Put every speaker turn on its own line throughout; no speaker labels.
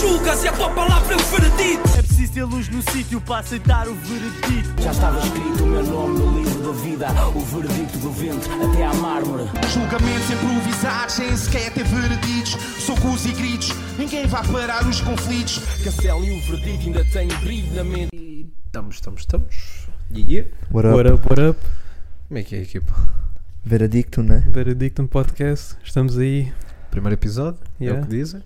julgas e a tua palavra é o veredito.
É preciso ter luz no sítio para aceitar o veredito.
Já estava escrito o meu nome no livro da vida, o veredito do vento até à mármore.
Julgamentos improvisados, sem sequer ter vereditos. Socos e gritos, ninguém vai parar os conflitos.
Castelo e o veredito ainda têm brilho na mente.
Estamos, estamos, estamos. Guia,
What up?
what up, what up? Como é que é, equipa?
Veredicto, né?
Veredictum Podcast, estamos aí. Primeiro episódio, é o
Yeah.
que dizem.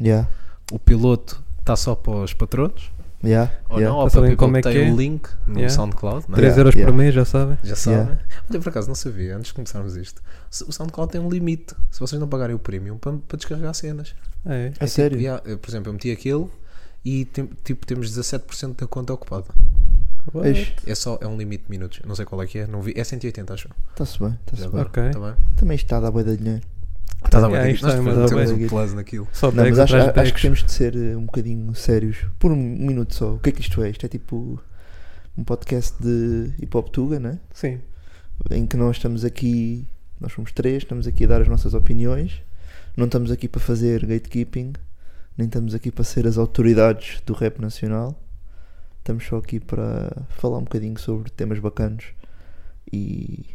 Yeah,
O piloto está só para os patronos,
yeah,
ou
yeah.
Oh, não, ou
Para
para
saberem
people
como
que
é que
tem
é.
o link no
Yeah.
SoundCloud, não é?
3 euros
3 euros
yeah.
por mês, já sabem.
já sabem.
Yeah.
Olha, por acaso, não sabia, antes de começarmos isto, se- o SoundCloud tem um limite, se vocês não pagarem o premium, para, para descarregar cenas.
É.
A sério?
assim, Yeah, eu, por exemplo, eu meti aquilo e tem- tipo, temos 17% da conta ocupada.
Eis,
É só, é um limite de minutos, não sei qual é que é, não vi, é 180 acho.
está-se bem, está-se
Já
bem.
agora,
Ok.
tá bem?
Também isto está a dar boia de dinheiro.
Está a
É,
bem,
isto
nós
é uma
depois
boa
metemos
ideia.
um plus naquilo.
Só
Não, mas
decks
acho,
atrás de
acho que
decks.
temos de ser eh, um bocadinho sérios. Por um minuto só. O que é que isto é? Isto é tipo um podcast de hip hop tuga, né?
Sim.
Em que nós estamos aqui, nós somos três, estamos aqui a dar as nossas opiniões. Não estamos aqui para fazer gatekeeping, nem estamos aqui para ser as autoridades do rap nacional. Estamos só aqui para falar um bocadinho sobre temas bacanos e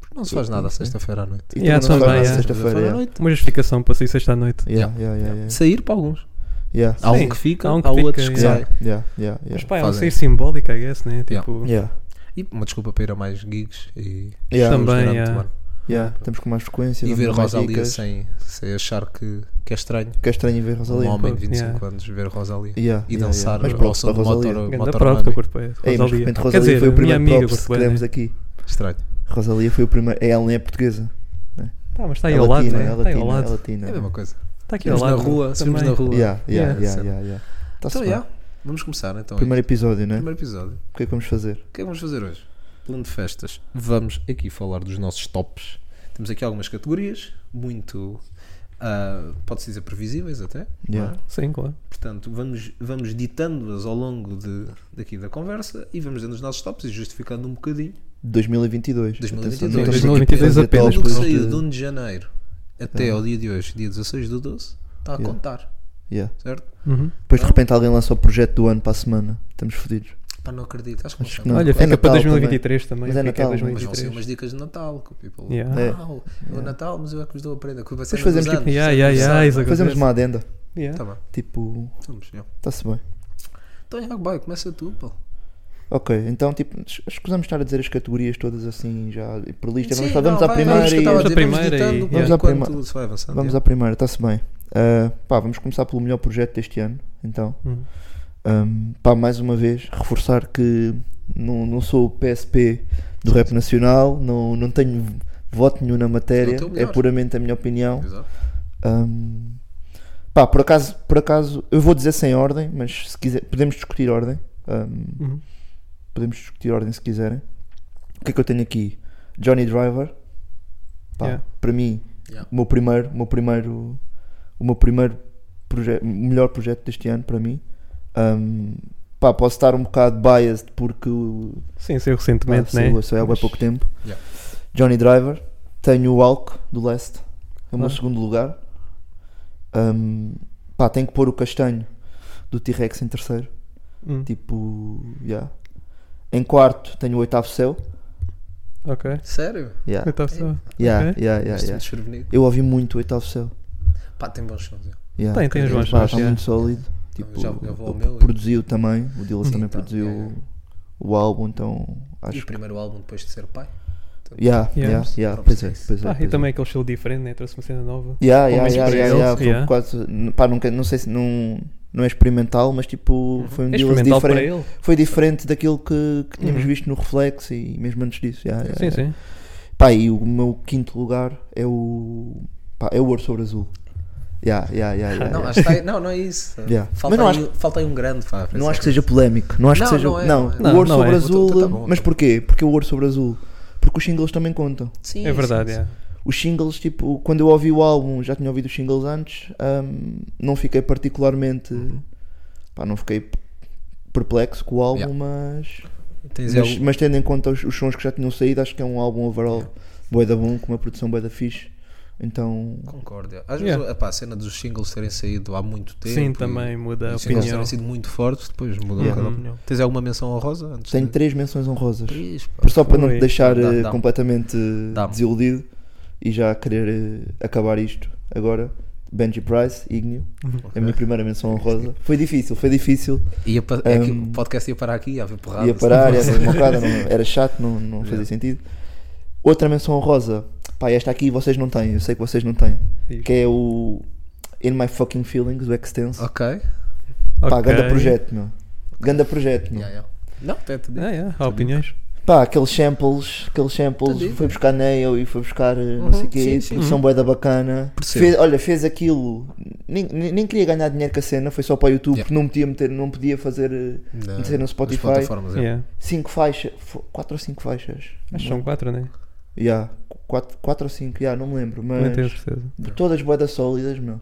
Porque não se faz nada à sexta-feira à noite.
E
Yeah,
também não se
também,
faz na
yeah.
sexta-feira.
Sexta-feira à
yeah.
noite.
Uma justificação para sair sexta à noite.
Yeah, yeah, yeah, yeah.
Sair para alguns.
Yeah.
Há um
Sim,
que fica, há,
há um que fica,
outros que
Yeah,
saem.
yeah, yeah, yeah.
Mas pá, é um
Fazem.
sair simbólico, I guess, né?
Yeah.
Tipo,
Yeah,
E uma desculpa para ir a mais gigs e
yeah,
Também,
durante
yeah.
o ano.
yeah. Estamos com mais frequência.
E
damos
ver
mais
Rosalia
dicas.
sem, sem achar que, que é estranho.
Que é estranho ver Rosalia.
um homem de 25
Yeah.
anos ver Rosalia.
Yeah,
E
yeah,
dançar
yeah. Mas
ao
pronto,
som
para
do
Rosalia.
motor,
Ganda
motor
prop do
Bambi.
corpo é.
Ei, mas de
Rosalia.
repente
Quer
Rosalia
dizer,
foi o
minha
primeiro
amiga,
props
corpo
que
é,
demos
né?
aqui.
Estranho.
Rosalia foi o primeiro. é, Ela nem é portuguesa.
Pá, mas está
É
aí ao lado,
latina,
né?
é
Está aí ao
latina, é
lado.
latina.
É a mesma coisa.
Está aqui ao
Vimos na
lado.
rua, vimos na
também.
rua.
Yeah, yeah,
Yeah,
yeah,
sim.
yeah, yeah. Tá-se
Então,
bem.
yeah, vamos começar então.
Primeiro episódio, né?
Primeiro episódio.
O que é que vamos fazer?
O que é que vamos fazer hoje? Plano de festas. Vamos aqui falar dos nossos tops. Temos aqui algumas categorias, muito, ah, pode-se dizer, previsíveis até. não é?
Yeah.
Sim, claro.
Portanto, vamos, vamos ditando-as ao longo de, daqui da conversa e vamos dando os nossos tops e justificando um bocadinho. 2022.
2022. Atenção, não estamos aqui
2022
para fazer
apenas,
Desde o que
tops de-
saiu de 1 de janeiro até ao dia de hoje, dia 16 do 12, está a
Uhum. Yeah.
contar,
Yeah.
certo?
Uhum.
Depois
Ah.
de repente alguém lança o projeto do ano para a semana. Estamos fodidos.
Pá, não acredito, acho que,
Acho
não
que
sabe.
não.
Olha,
É
fica para
Natal
2023 também.
Mas é
fica em
Natal, mas
Mas vão ser
2023.
umas dicas de Natal que o people.
Yeah.
É.
Uau, é o Natal, mas eu é que vos dou a prenda. Que vai ser
Depois fazemos
nos anos,
tipo-
Yeah,
sempre
yeah,
nos
yeah,
anos.
isso
Fazemos
acontece.
uma adenda.
Yeah.
Tá bem,
Tipo,
estamos, yeah.
está-se bem.
Então, yeah, vai, começa tu, pô.
Ok, então tipo, es- escusamos estar a dizer as categorias todas assim já por lista. Vamos,
Sim,
lá- vamos
não,
à
vai,
primeira
vamos que eu
e.
tava a
Vamos à
dizer,
primeira
ditando
e-
quanto-
Vamos à
quanto
primeira.
se vai avançando,
Vamos
yeah.
à primeira, está-se bem. Ah, pá, vamos começar pelo melhor projeto deste ano, então.
Uhum.
Ahm, pá, mais uma vez, reforçar que não, não sou o PSP do rap nacional, não, não tenho voto nenhum na
É
matéria,
o teu
é
melhor.
puramente a minha opinião.
Exato.
Ahm, pá, por acaso, por acaso, eu vou dizer sem ordem, mas se quiser, podemos discutir ordem. Ahm,
Uhum.
podemos discutir ordem se quiserem. O que é que eu tenho aqui? Johnny Driver. Pá,
Yeah.
Para mim,
Yeah.
o meu primeiro, o meu primeiro, o meu primeiro proje- melhor projeto deste ano para mim. Ahm, pá, posso estar um bocado biased porque o-
Sim, saiu
pá,
recentemente, né?
saiu, saiu há bem pouco tempo.
Yeah.
Johnny Driver. Tenho o Alco do Leste. É o meu
Claro.
segundo lugar. Ahm, pá, tenho que pôr o Castanho do T-Rex em terceiro.
Hum,
Tipo, yeah. Em quarto tenho o oitavo céu.
Ok.
Sério?
Yeah.
Eu tava só-
Yeah, yeah,
ok.
yeah,
Este
yeah.
mexer bonito.
Eu ouvi muito o oitavo céu.
Pá, tem bons sons. yeah.
Yeah.
Tem- tem os bons
Pá,
sons,
Está
yeah.
muito sólido.
Então,
Tipo,
já- já vou ao
ele
meu e-
produziu também, o
Hum.
Dillas também
Então,
produziu
yeah, yeah.
o álbum, então
E
acho
o
que.
primeiro álbum depois de ser pai?
Yeah,
Yeah.
yeah, yeah,
Props
pois
to
é,
isso.
pois é.
Ah, e
pois é.
também aquele estilo diferente, né? Trouxe uma cena nova.
Yeah,
Pelo
yeah,
menos
yeah,
para
yeah,
ele,
yeah, foi
yeah.
quase- n- pá, nunca- não sei se não, não é experimental, mas tipo, foi um
É
Dillas
experimental para
diferente.
ele.
Foi diferente daquilo que, que tínhamos
Uhum.
visto no Reflex e mesmo antes disso. Yeah, yeah,
Sim,
yeah.
sim.
Pá, e o meu quinto lugar é o. Pá, é o Ouro sobre Azul. Yeah, yeah, yeah, yeah,
Não,
yeah.
acho que tá aí- não, não é isso.
Ah, Yeah.
Falta,
Mas não
aí, falta aí um grande Fá,
Não acho que seja polémico. Não acho
Não,
que seja.
não é, não é.
o
Não,
Ouro
não
sobre
é.
Azul.
Tá bom, tá
mas
bom.
porquê? Porque o Ouro sobre Azul? Porque os singles também contam.
Sim,
É verdade,
sim,
é.
Os singles, tipo, quando eu ouvi o álbum, já tinha ouvido os singles antes, hum, não fiquei particularmente.
Uhum.
Pá, não fiquei perplexo com o álbum,
Yeah.
mas.
sim. Tens
Mas,
algum-
mas tendo em conta os, os sons que já tinham saído, acho que é um álbum overall boi da bom, com uma produção boi da fixe. Então,
Concórdia. Às
Yeah.
vezes epá, a cena dos singles terem saído há muito tempo.
Sim,
e-
também muda a
Os
é
singles
opinião.
terem sido muito fortes, depois mudou um
Uhum.
bocado a opinião. Tens alguma menção honrosa? Antes
tenho
de-
três menções honrosas.
Três, pá.
Mas só para não
Ui.
te deixar
Dá-
eh,
dá-me.
completamente eh,
Dá-me.
desiludido e já querer eh, acabar isto agora. Benji Price, Ignio, é a minha primeira menção honrosa. Foi difícil, foi difícil.
Ia pa- é que
Um,
o podcast ia parar aqui, ia haver porrada.
ia parar, ia ser mocada, não- é? era chato, não, não fazia sentido. Outra menção honrosa, pá, esta aqui vocês não têm, eu sei que vocês não têm,
Diz.
que é o In My Fucking Feelings, do Extense.
Ok.
Pá,
Ok.
ganda projeto, meu. Ganda projeto, meu.
Yeah, yeah. Não, até te digo.
Ah, yeah, há opiniões.
Pá, aqueles samples, aqueles samples,
Entendi.
foi buscar Nail e foi buscar eh, não sei o quê,
sim, sim.
produção boa da bacana.
Percebo.
Fez- olha, fez aquilo, nem, nem nem queria ganhar dinheiro com a cena, foi só para o YouTube,
Yeah.
porque não podia meter, não podia fazer eh,
Na-
meter no
nas
Spotify.
plataformas, é.
Yeah.
cinco faixas, fo- quatro ou cinco faixas.
Acho que são quatro, né?
Yeah, 4 ou 5, yeah, não me lembro, mas
Não tenho certeza.
de todas boedas sólidas, meu.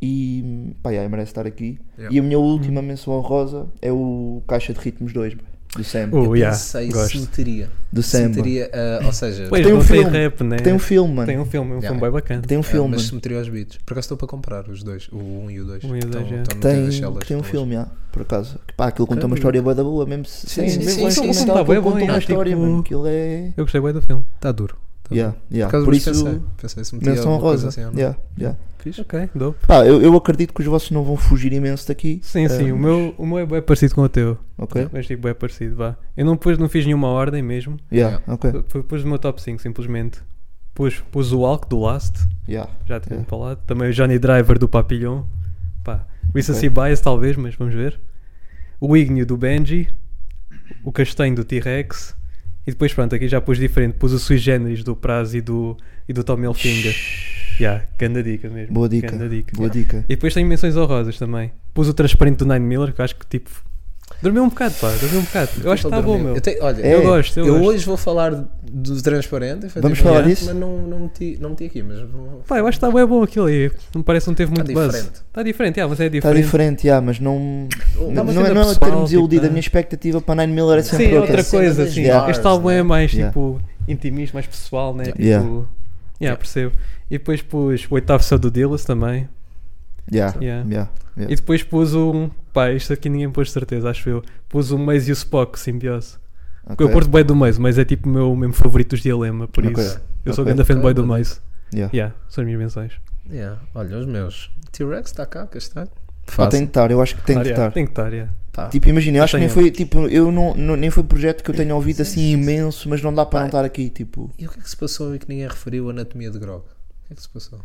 E pá, yeah, merece estar aqui.
Yeah.
E a minha última menção honrosa é o Caixa de Ritmos 2, bro, do Sam.
Oh, yeah,
Pensei se
gosto.
teria.
Do
Se
Sam. bro.
teria, ah, ou seja,
Pois,
Tem um
não tem
filme,
rap, né?
Tem um filme, mano.
Tem um filme, um
Yeah.
filme bem bacana.
Tem um
Ah,
filme,
mas
mano.
cemeteria aos beats. Por acaso estou para comprar os dois, o 1 um e o 2.
Um e o dois, é.
Que tem, que tem um filme, yeah, por acaso. Que, pá, aquilo conta uma história boa da boa, mesmo
Sim,
se sem-
sim,
mesmo
sim,
antes de
sim, sim,
comentar,
tá bué
aquilo
bom,
conta uma
yeah,
história,
tipo-
mano. Aquilo é.
Eu gostei bem do filme.
Está duro. tá
Yeah,
duro. Por
yeah.
acaso,
Por
mas
isso,
pensei, pensei se metia
menção
alguma coisa
honrosa.
assim ou não.
yeah, yeah.
Fixe.
Ok, dope.
Pá, eu, eu acredito que os vossos não vão fugir imenso daqui.
Sim, sim,
Ah,
o meu, o meu é bem parecido com o teu.
Ok?
Mas tipo, é parecido, vá. Eu não, pus, não fiz nenhuma ordem mesmo.
Yeah, ok.
P- Pus o meu top 5, simplesmente. Pus, pus o Alck do Last,
Yeah.
já tinha
É.
falado. Também o Johnny Driver do Papillon. Pá, o Issacy Bias, talvez, mas vamos ver. O Igneo do Benji. O Castanho do T-Rex. E depois, pronto, aqui já pus diferente. Pus o Sui Generis do Praz e do, e do Tom Elfinger. Yeah, ganda dica mesmo.
Boa dica.
Ganda dica.
Boa dica.
E depois tenho menções honrosas também. Pus o transparente do Nine Miller, que eu acho que tipo. Dormiu um bocado, pá, dormiu um bocado. Eu acho que está bom, meu.
Eu tenho- olha,
É.
Eu gosto, eu,
eu
gosto.
hoje vou falar do transparente.
Vamos
efetivamente,
falar disso?
Mas não, não, meti, não meti aqui, mas vou-
Pá, eu acho que está bem bom aquilo aí. Não parece que não teve muito buzz.
diferente.
Está diferente, ah, mas é
Está
diferente.
diferente, yeah, mas não.
Não,
Não,
mas
não é,
ainda
não é
pessoal,
termos iludido.
tipo,
A minha expectativa para Nine Miller é
Sim,
sempre
é
outra.
outra
cena
coisa,
das
sim.
bars,
este álbum é
né?
mais
Yeah.
tipo intimista, mais pessoal, né? Tipo.
Yeah.
Yeah,
Yeah.
percebo. E depois pus o oitavo céu do Dillas também.
Yeah,
Yeah.
yeah,
E depois pus um. Pá, isto aqui ninguém pôs de certeza, acho eu. Pus o Maze e o Spock, simbiose. Porque Eu
ok,
curto bem do Maze, mas é tipo o meu mesmo favorito dos Dilema, por
Ok.
isso. Eu sou
Ok.
grande fanboy do
Ok.
Maze.
yeah.
Yeah, são as minhas menções.
Yeah. Olha, os meus. T-Rex está cá, castanho.
Pá, tem de estar, eu acho que tem
Ah,
de
yeah,
estar.
Tem que estar, yeah.
Tá.
Tipo, imagina, eu acho que nem
tenho.
foi, tipo, eu não, não- nem foi projeto que eu tenha ouvido assim imenso, mas não dá para não estar aqui, tipo.
E o que é que se passou e que ninguém referiu a Anatomia de Grog? O que é que se passou?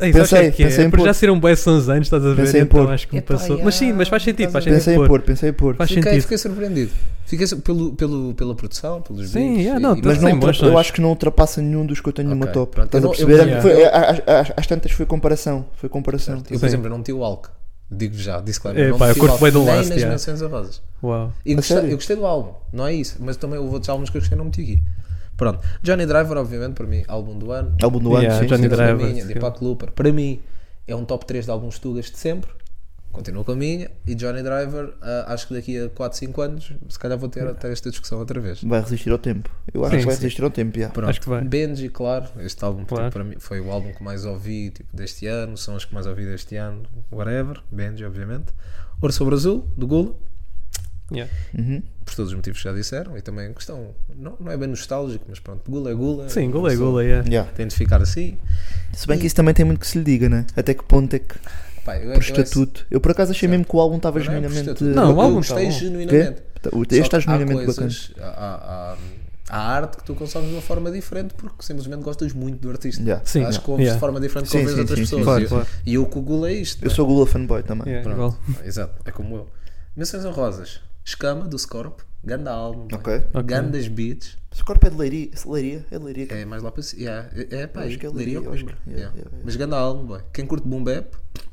Ei, sabes o que é
Pensei-
que é?
pensei em
Por já
pôr.
serem um bué sons anos, estás a ver?
Pensei em
então
pôr.
acho que me
Epá,
passou.
yeah,
Mas sim, mas faz sentido, faz
estás a
sentido.
Pensei em pôr, pensei em pôr.
Faz
Fiquei,
sentido.
fiquei surpreendido. Fiquei su- pelo, pelo, pela produção, pelos
Sim,
beats
yeah,
e-
não, tá
e-
mas
Mas não
Tem boas
ultra- eu
sons.
acho que não ultrapassa nenhum dos que eu tenho no meu
Ok,
top.
pronto.
Estás a
Eu não- eu
perceber?
não-
Foi- a- a- a- Às tantas foi comparação. Foi comparação.
Eu, por
Sim.
exemplo, eu não meti o Alck. Digo-vos já, disclaimer.
É,
não
pá, eu
meti o
curto
Alck
bem do
nem
Last,
nas
yeah.
menções honrosas.
Uau.
E gostei,
sério?
eu gostei do álbum, não é isso, mas também houve outros álbuns que eu gostei, não meti aqui. Pronto, Johnny Driver, obviamente, para mim, álbum do ano.
Álbum do
Yeah,
ano, sim.
Johnny
Sempre
Driver,
a minha,
sim.
de Paco Looper. Para mim, é um top 3 de alguns tugas de sempre. Continuo com a minha. E Johnny Driver, ah, acho que daqui a 4, 5 anos, se calhar vou
Hum.
ter, ter esta discussão outra vez.
Vai resistir ao tempo. Eu acho
Sim,
que vai
sim.
resistir ao tempo, yeah.
Pronto.
Acho que vai.
Benji, claro, este álbum tipo,
Claro.
para mim foi o álbum que mais ouvi tipo, deste ano, são os que mais ouvi deste ano, whatever, Benji, obviamente. Ouro sobre Azul, do Gula,
Yeah.
Uhum.
por todos os motivos que já disseram, e também questão, não, não é bem nostálgico, mas pronto, Gula é Gula.
Sim, gula é
começou-
gula, yeah.
Yeah.
Tem de ficar assim.
Se bem que isso também tem muito que se lhe diga, né? Até que ponto é que,
Pá, eu,
por
eu é-
estatuto. Eu por acaso achei mesmo que o álbum estava
Não é por
genuinamente.
estatuto.
Não, o
Eu
álbum
gostei
tá bom.
genuinamente.
Tá, o- Este
Só que
está
há
genuinamente bacana.
coisas- Há, há- há- há arte que tu consomes de uma forma diferente porque simplesmente gostas muito do artista.
Yeah.
Sim,
Acho que
yeah.
ouves
Yeah.
de forma diferente que
Sim,
ouves
sim,
outras
sim, sim.
pessoas.
Claro,
e,
claro.
e o Google é isto.
Eu
né?
sou Gula fanboy também.
Yeah,
Pronto.
É, igual.
Exato, é como eu. Menções honrosas. Escama do Scorp, ganda álbum, pá.
Ok.
Ok.
gandas beats.
Se o corpo é de leiria, se leiria, é de leiria.
É mais lá para cima. Yeah. É, é pá,
Acho que é
Leiria ou
Leiria,
Coimbra.
acho que- yeah,
Yeah.
yeah, yeah.
Mas ganda álbum, boy. Quem curte boom bap,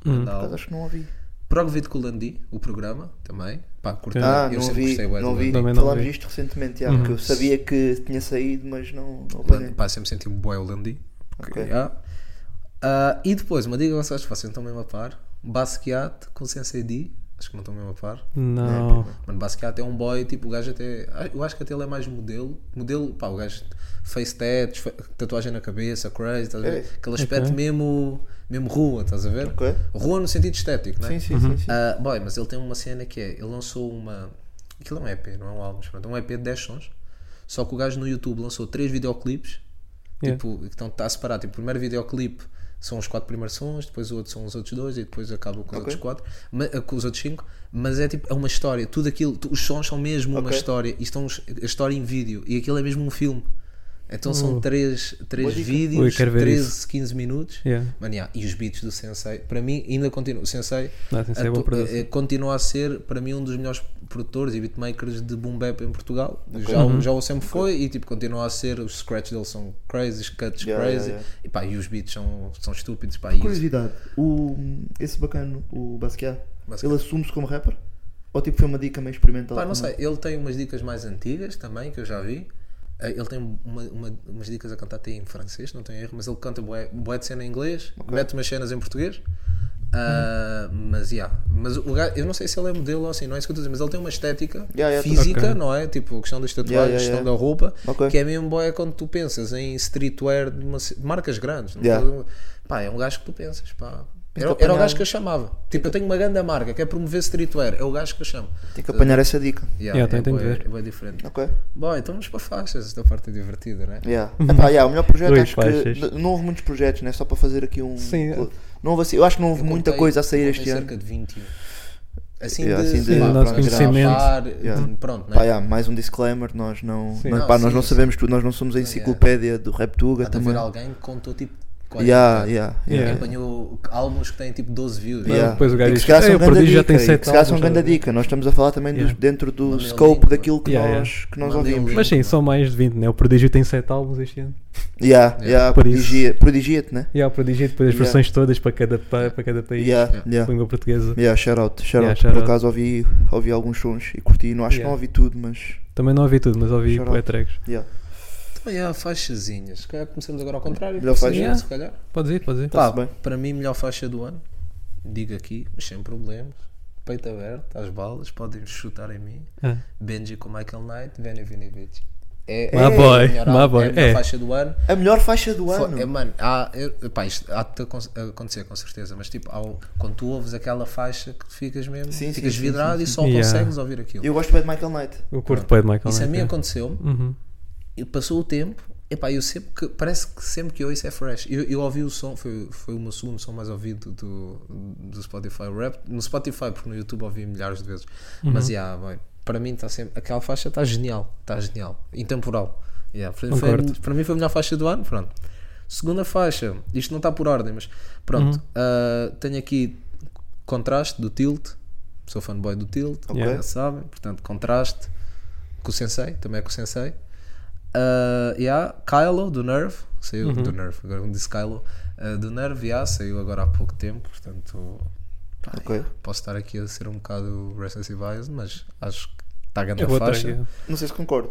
Hum.
ganda
Por acaso
álbum.
acho que não ouvi.
Progovid Colandi, o programa, também. Pá, curti.
Ah,
eu
não
sempre
ouvi.
gostei bué do
Não ouvi.
Colandi.
Uhum.
Também não
Falámos
ouvi.
disto recentemente, yeah, porque eu sabia que tinha saído, mas não. não apanhei.
Holanda- Pá, sempre senti um boé holandês. porque,
Ok.
yeah. então Ah, e depois, uma dica que vocês vocês estão mesmo a par. Basquiat com Sensei D, Acho que não estão mesmo a par.
Não.
Mano, Basquiat é um boy, tipo, o gajo até. Eu acho que até ele é mais modelo. Modelo, pá, o gajo face tats, fa- tatuagem na cabeça, crazy, estás a ver? Aquele aspecto mesmo, mesmo rua, estás a ver?
É. Ok.
Rua no sentido estético, não é?
Sim, sim, sim.
Tipo.
sim.
Ah, boy, mas ele tem uma cena que é, ele lançou uma. Aquilo é um EP, não é um álbum, mas pronto, é um EP de 10 sons. Só que o gajo no YouTube lançou 3 videoclipes,
Yeah.
tipo, que estão a separar. Tipo, o primeiro videoclipe são os 4 primeiros sons, depois o outro são os outros dois e depois acaba com os outros quatro, ma- eh, com os outros 5. Mas é tipo, é uma história, tudo aquilo, tu- os sons são mesmo uma
Ok.
história, e estão os- a história em vídeo, e aquilo é mesmo um filme. Então são 3 três
Uh. Ui,
vídeos,
quero ver
13,
isso.
15 minutos.
Yeah.
Mano, yeah, e os beats do Sensei, para mim, ainda continua. O Sensei,
Não, Sensei é
atu-
bom produtor.
eh, continua a ser, para mim, um dos melhores produtores e beatmakers de boom bap em Portugal. Já,
Uhum.
o- já o sempre foi e tipo, continua a ser. Os scratch dele são crazy, os cuts
Yeah,
crazy.
yeah, yeah.
E, pá, e os beats são, são estúpidos. Pá, e isso.
Curiosidade, o, esse bacano, o Basquiat,
Basquiat.
ele assume-se como rapper? Ou tipo foi uma dica meio experimental?
Pá, não sei, ele tem umas dicas mais antigas também, que eu já vi. Eh, Ele tem uma- uma- umas dicas a cantar até em francês, não tem erro, mas ele canta bué, bué de cena em inglês, mete umas cenas em português. Ah, Mas, yeah. mas o gajo, eu não sei se ele é modelo ou assim, não é isso que eu estou a dizer, mas ele tem uma estética
Yeah, yeah,
física,
Ok.
não é? Tipo, a questão das tatuagens,
Yeah,
a
yeah,
questão
yeah.
da roupa,
Ok.
que é mesmo boé quando tu pensas em streetwear de, uma, ce- de marcas grandes. não
Yeah.
tô- pá, é um gajo que tu pensas, pá. Era,
que
era o
apanhar-
gajo que eu chamava. Tipo, eu tenho uma grande marca, quer promover streetwear, é o gajo que eu chamo.
Tem que apanhar essa dica.
Yeah,
Yeah,
é,
tem- tem
bem,
de ver.
é bué diferente.
Ok.
Bom, então vamos para faixas, esta parte é divertida, né?
Yeah. Epá, yeah, o melhor projeto
Uhum. Dois
acho
faixas.
que n- não houve muitos projetos, né? Só para fazer aqui um.
Sim. é.
Não houve assim, eu acho que não houve
Eu
muita
contei-
coisa a sair
contei
este ano.
cerca de 21. Assim
Yeah,
de,
assim de-
sei
Sim,
lá,
do nosso
pronto,
conhecimento.
gravar, de-
Yeah.
pronto, né?
Pá, yeah, mais um disclaimer, nós não,
Sim.
não,
Não,
pá,
sim,
nós não
sim.
sabemos tudo, nós não somos a enciclopédia do Rap Tuga
Há de
também.
haver alguém que contou tipo 40.
Yeah, yeah, yeah.
Yeah.
Apanhou álbuns que têm tipo 12 views.
Yeah.
Depois o
E
gajo
que
diz,
se calhar
"Ei,
são
o
grande
Prodígio já tem
dica", e
sete
que se calhar são
álbuns,
grande
já tem-
dica, nós estamos a falar também dos-
Yeah.
dentro do
Mandei um
scope
link,
daquilo que
Yeah,
nós, Que nós
Mandei um
ouvimos.
link.
Mas sim, são mais de 20, né? O Prodígio tem 7 álbuns este ano.
Yeah, yeah,
Por isso.
prodigia- prodigia-te, né?
E há o Prodígio depois as
Yeah.
versões todas para cada, pa- para cada país.
Yeah, yeah.
Língua portuguesa.
Yeah, shout out, shout
Yeah,
out.
shout
Por
out.
acaso ouvi, ouvi alguns sons e curti, não acho que
Yeah.
não ouvi tudo, mas.
Também não ouvi tudo, mas ouvi
Shout out.
bué tracks.
Yeah.
Então, yeah, faixazinhas. Se calhar começamos agora ao contrário.
Melhor
por cima,
faixa.
Se calhar.
Podes ir, podes ir.
Pá,
Tá-se bem.
para mim, melhor faixa do ano. Digo aqui, mas sem problemas. Peito aberto, às balas, podem chutar em mim.
Ah.
Benji com Michael Knight, Vene Vinivich. É,
My
é
boy,
a melhor,
my
álbum,
boy,
é a melhor
é.
faixa do ano.
A melhor faixa do
Foi-
ano.
é, mano, há, eu- pá, isto há de acon- acontecer com certeza, mas tipo, há o- quando tu ouves aquela faixa que tu ficas mesmo,
Sim, sim,
ficas
sim,
vidrado
sim,
e só
Yeah. é
consegues ouvir aquilo.
Eu gosto bem de Michael Knight.
Eu curto bué de Michael
Isso a mim
Knight.
aconteceu,
Uhum.
e passou o tempo, epá, eu sempre que, parece que sempre que eu ouço é fresh. Eu, eu ouvi o som, foi, foi o meu segundo som mais ouvido do, do Spotify Rap, no Spotify, porque no YouTube ouvi milhares de vezes. Mas yeah, bem, para mim está sempre, aquela faixa está genial, está genial, intemporal. Yeah, foi- foi-
Concordo.
para mim foi a melhor faixa do ano, pronto. Segunda faixa, isto não está por ordem, mas pronto, ah, tenho aqui contraste do Tilt, sou fanboy do Tilt,
Yeah.
já sabem, portanto, contraste com o Sensei, também é com o Sensei. Uh, yeah, Kylo do Nerve, saiu do Nerve, agora como disse Kylo, uh, do Nerve, yeah, saiu agora há pouco tempo, portanto, pá,
Ok.
yeah, posso estar aqui a ser um bocado recensive biased, mas acho que está a ganhar
É boa
faixa.
track.
Não sei se concordo.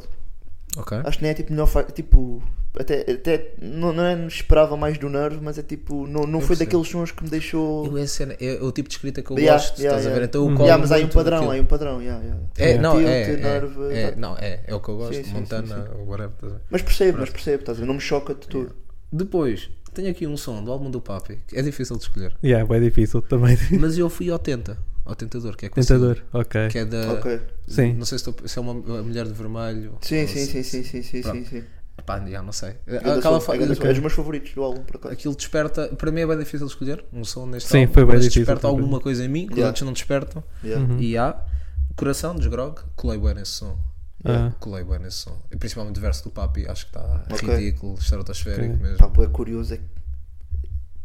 Ok.
Acho que nem é tipo melhor faixa. Tipo. Até, até não, não é, esperava mais do Nerve, mas é tipo. Não,
Eu
não foi
percebo.
daqueles sons que me deixou.
Eu, é, a cena, é o tipo de escrita que eu
Yeah,
gosto,
yeah,
estás a
yeah.
ver? Então eu
Uhum.
colo
Yeah, mas há aí um
muito
padrão, há aí
naquilo.
um padrão. yeah, yeah.
É, não,
Tilt,
é, é,
Nerve,
é,
tá-
não, é, é o que eu gosto,
Sim, sim, sim,
Montana,
sim,
whatever. estás a ver?
Mas percebo, mas percebo, estás a ver? Não me choca de tudo.
Depois, tenho aqui um som do álbum do Papi, que é difícil de escolher,
Yeah, bué difícil também.
mas eu fui ao Tenta, ao Tentador, que é com o
Tentador,
Silva,
ok.
que é da.
Ok.
Sim.
Não sei se, estou- se é uma uma mulher de vermelho.
Sim,
ou
sim,
se-
sim, sim, sim, sim, sim,
Pronto.
sim.
Pá, já não sei.
Ganda
Aquela
som,
fa-
é ganda som.
um
É dos meus favoritos do álbum, por acaso.
Aquilo desperta. Para mim é bem difícil de escolher um som neste
Sim,
álbum,
foi bem
mas
difícil,
desperta
foi bem Uhum.
alguma coisa em mim que os
Yeah.
outros não despertam.
Yeah.
E há. Coração dos Grog, colei bem nesse som.
Ah.
Colei bem nesse som. E principalmente o verso do Papi, acho que está
Ok.
ridículo, estratosférico
Ok.
mesmo.
Pá, é curioso é que.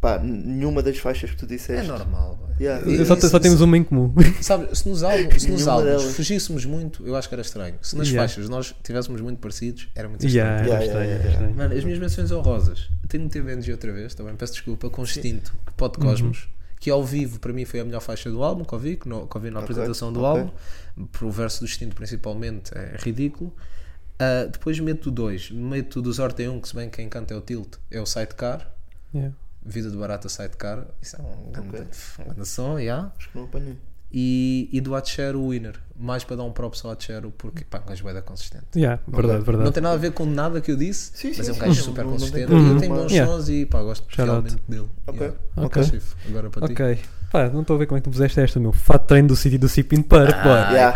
Pá, n- nenhuma das faixas que tu
É
disseste.
normal. bué.
Yeah.
E-
Eu
Só,
e-
só temos uma em comum.
Sabe, se nos, álbum, se nos
Nenhuma
álbuns
delas.
fugíssemos muito, eu acho que era estranho. Se nas
Yeah.
faixas nós tivéssemos muito parecidos, era muito estranho.
Yeah,
Yeah, yeah,
era É, estranho,
yeah,
era
yeah.
estranho.
Mano, as minhas menções honrosas. Tenho de ter Benji outra vez, também peço desculpa, com um Extinto, Pod Cosmos,
Uhum.
que ao vivo para mim foi a melhor faixa do álbum que ouvi, que, no, que ouvi na apresentação do
ok.
álbum. Para o verso do Extinto, principalmente, é ridículo. Ah, depois meto dois, meto dos Horta 1, que se bem quem canta é o Tilt, é o Sidecar.
Yeah.
Vida de Barata Sidecar, isso é um grande, um grande som, yeah.
Acho que não apanhei.
e, e do Atchero o winner. Mais para dar um props ao Atchero, porque pá, um gajo bué da consistente.
Yeah, verdade, verdade.
Não tem nada a ver com nada que eu disse,
Sim,
mas é
sim,
um
sim,
gajo
não-
super
não- não tem
consistente
como
e tem
uma-
bons
Yeah.
sons e pá, gosto
Shout out.
realmente dele.
Ok.
Yeah.
Ok.
Tá chifre. Agora para ti.
Ok. Pá, não estou a ver como é que tu puseste esta, meu. Fato treino do City do Cipin Park, pá.
Ah,
Yeah.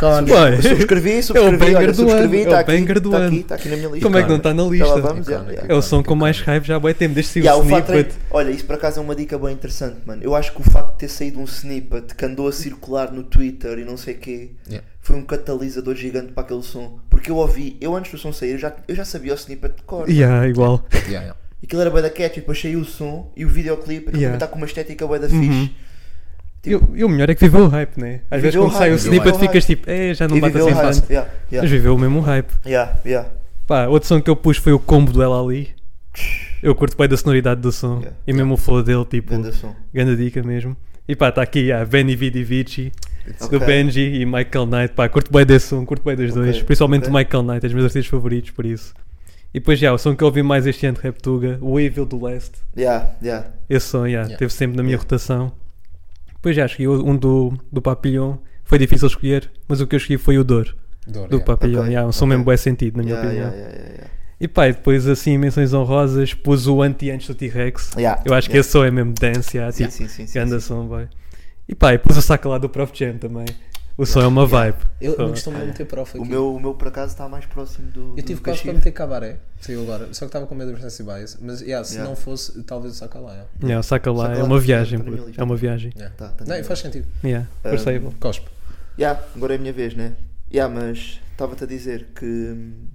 Subscrevi, subscrevi,
Boy. Ah, É o
subscrevi,
banger
olha,
do ano,
subscrevi,
é o
está aqui,
banger do
está
ano.
aqui, está aqui na minha lista.
Como é que não está na
Tá lá,
lista?
vamos, já,
Icónico.
já.
É o som com mais hype já há bué tempo, desde que
Yeah,
saiu o
o fato
snippet.
é- olha, isso por acaso é uma dica bem interessante, mano. Eu acho que o facto de ter saído um snippet que andou a circular no Twitter e não sei quê,
Yeah.
foi um catalisador gigante para aquele som. Porque eu ouvi, eu antes do som sair, eu já, eu já sabia o snippet de cor.
Yeah, igual.
Yeah, yeah.
Aquilo era bué da catchy, depois saiu o som e o videoclipe, aquilo
Yeah.
também está com uma estética bué da
Uhum.
fixe.
E o- E o melhor é que viveu o hype, né? Às vezes
Tipo, Viveu
quando
o
sai o
hype, viveu
snippet
o hype.
ficas tipo, eh, já não
E
bate
viveu o
assim
hype.
tanto.
Yeah,
Mas
yeah,
viveu o mesmo hype.
yeah, yeah.
Pá, outro som que eu pus foi o combo do Ela Ali. Eu curto bem da sonoridade do som.
Yeah.
E mesmo o flow dele, tipo,
Ganda som.
grande dica mesmo. E pá, está aqui a Benny Vidi Vici, do
Ok.
Benji e Michael Knight. Pá, curto bem desse som, curto bem dos
Ok,
dois. Principalmente o
ok.
Michael Knight, é os meus artistas favoritos, por isso. E depois já, o som que eu ouvi mais este ano de Reptuga, o Evil do Leste.
Yeah, yeah.
Esse som, yeah,
Yeah.
teve sempre na minha rotação. Depois já escolhi um do, do Papillon. Foi difícil escolher, mas o que eu escolhi foi o Dor,
Dor,
do
yeah.
Papillon.
Oh, Ok,
Yeah, um som
ok.
mesmo bem sentido, na minha
Yeah,
opinião.
yeah, yeah, yeah, yeah.
E pá, e depois assim, menções honrosas, pus o anti antes do T-Rex.
Yeah,
Eu acho que
yeah.
esse som é mesmo dance, yeah,
Sim,
tipo,
sim, sim. sim,
grande
sim.
som, boy. E pá, e pus o saco lá do Prof Jam também. O som é uma vibe.
Eu não
Pô,
costumo meter prof
O
Tá aqui.
meu, o meu por acaso está mais próximo do.
Eu
do
tive quase para
Bashir.
meter cabaré, saiu agora. Só que estava com medo do Versace Bias. Mas yeah, se
Yeah.
não fosse, talvez o Sakalá. Yeah.
Yeah, o saco lá
Saca
é
lá,
uma
tá
viagem,
na minha
puto,
lista.
é uma viagem.
Yeah.
Tá, tá
não,
bem.
faz sentido.
Yeah,
Um,
percebo.
Cospe.
Yeah, agora é a minha vez, né? Yeah, mas estava-te a dizer que hum,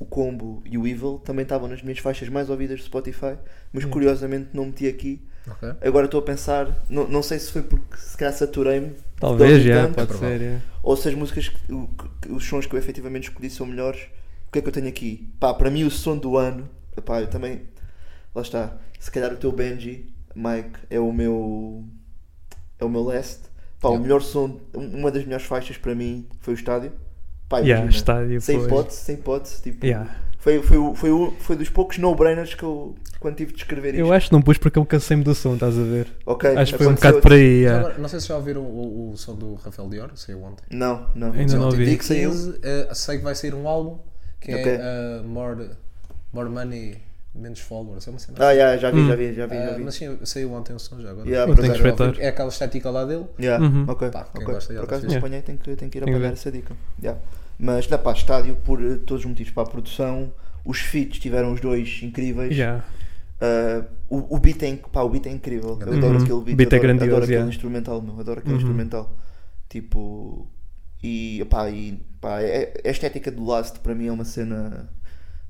o Combo e o Evil também estavam nas minhas faixas mais ouvidas do Spotify, mas
Hum.
curiosamente não meti aqui.
Ok.
Agora estou a pensar, não, não sei se foi porque se calhar saturei-me, de
Talvez,
ouvir
yeah,
tanto, é
pode
provável.
ser. yeah.
ou se as músicas, que- o- que- os sons que eu efetivamente escolhi são melhores. O que é que eu tenho aqui? Pá, para mim o som do ano, pá, eu também, lá está, se calhar o teu Benji, Mike, é o meu, é o meu last. Pá, o
Yeah.
melhor som, um, uma das melhores faixas para mim foi o estádio. Pá,
Yeah,
imagina,
estádio
sem
foi-
hipótese, sem hipótese, tipo,
Yeah.
foi, foi, o- foi, o- foi dos poucos no-brainers que eu, quando tive de escrever isto.
Eu acho que não pus porque eu cansei-me do som, estás a ver?
Ok,
Acho que foi um
aconteceu-
bocado por aí.
é.
yeah.
Agora, não sei se já ouviram o, o- o som do Rafael Dior, saiu ontem.
Não, não.
Ainda não
Ontem,
ouvi.
dia
que saiu.
15, eh, sei que vai sair um álbum que
Ok.
é eh, more, more Money, Menos Followers. É uma cena.
Ah, yeah, já vi,
Hum.
já vi, já vi, já
Eh,
vi.
mas sim, saiu ontem o som já agora.
Yeah,
Eu
por
tenho
acaso-
que espreitar.
É aquela estética lá dele.
Yeah,
Uhum.
ok,
Pá, quem
ok.
gosta de
Por
outras
acaso não
vezes.
apanhei, tenho que, tenho que ir
Tem que
apanhar
ver.
essa dica. Yeah. Mas dá para estádio por eh, todos os motivos, para a produção, os feats tiveram os dois incríveis.
Yeah.
Ah, o, o beat é, inc- pá, o beat é incrível. Eu
Uhum.
adoro aquele beat,
Beat é
adoro,
grandioso,
adoro aquele
yeah.
instrumental, meu, adoro aquele
Uhum.
instrumental. Tipo, e pá, e, pá é- a estética do Last para mim é uma cena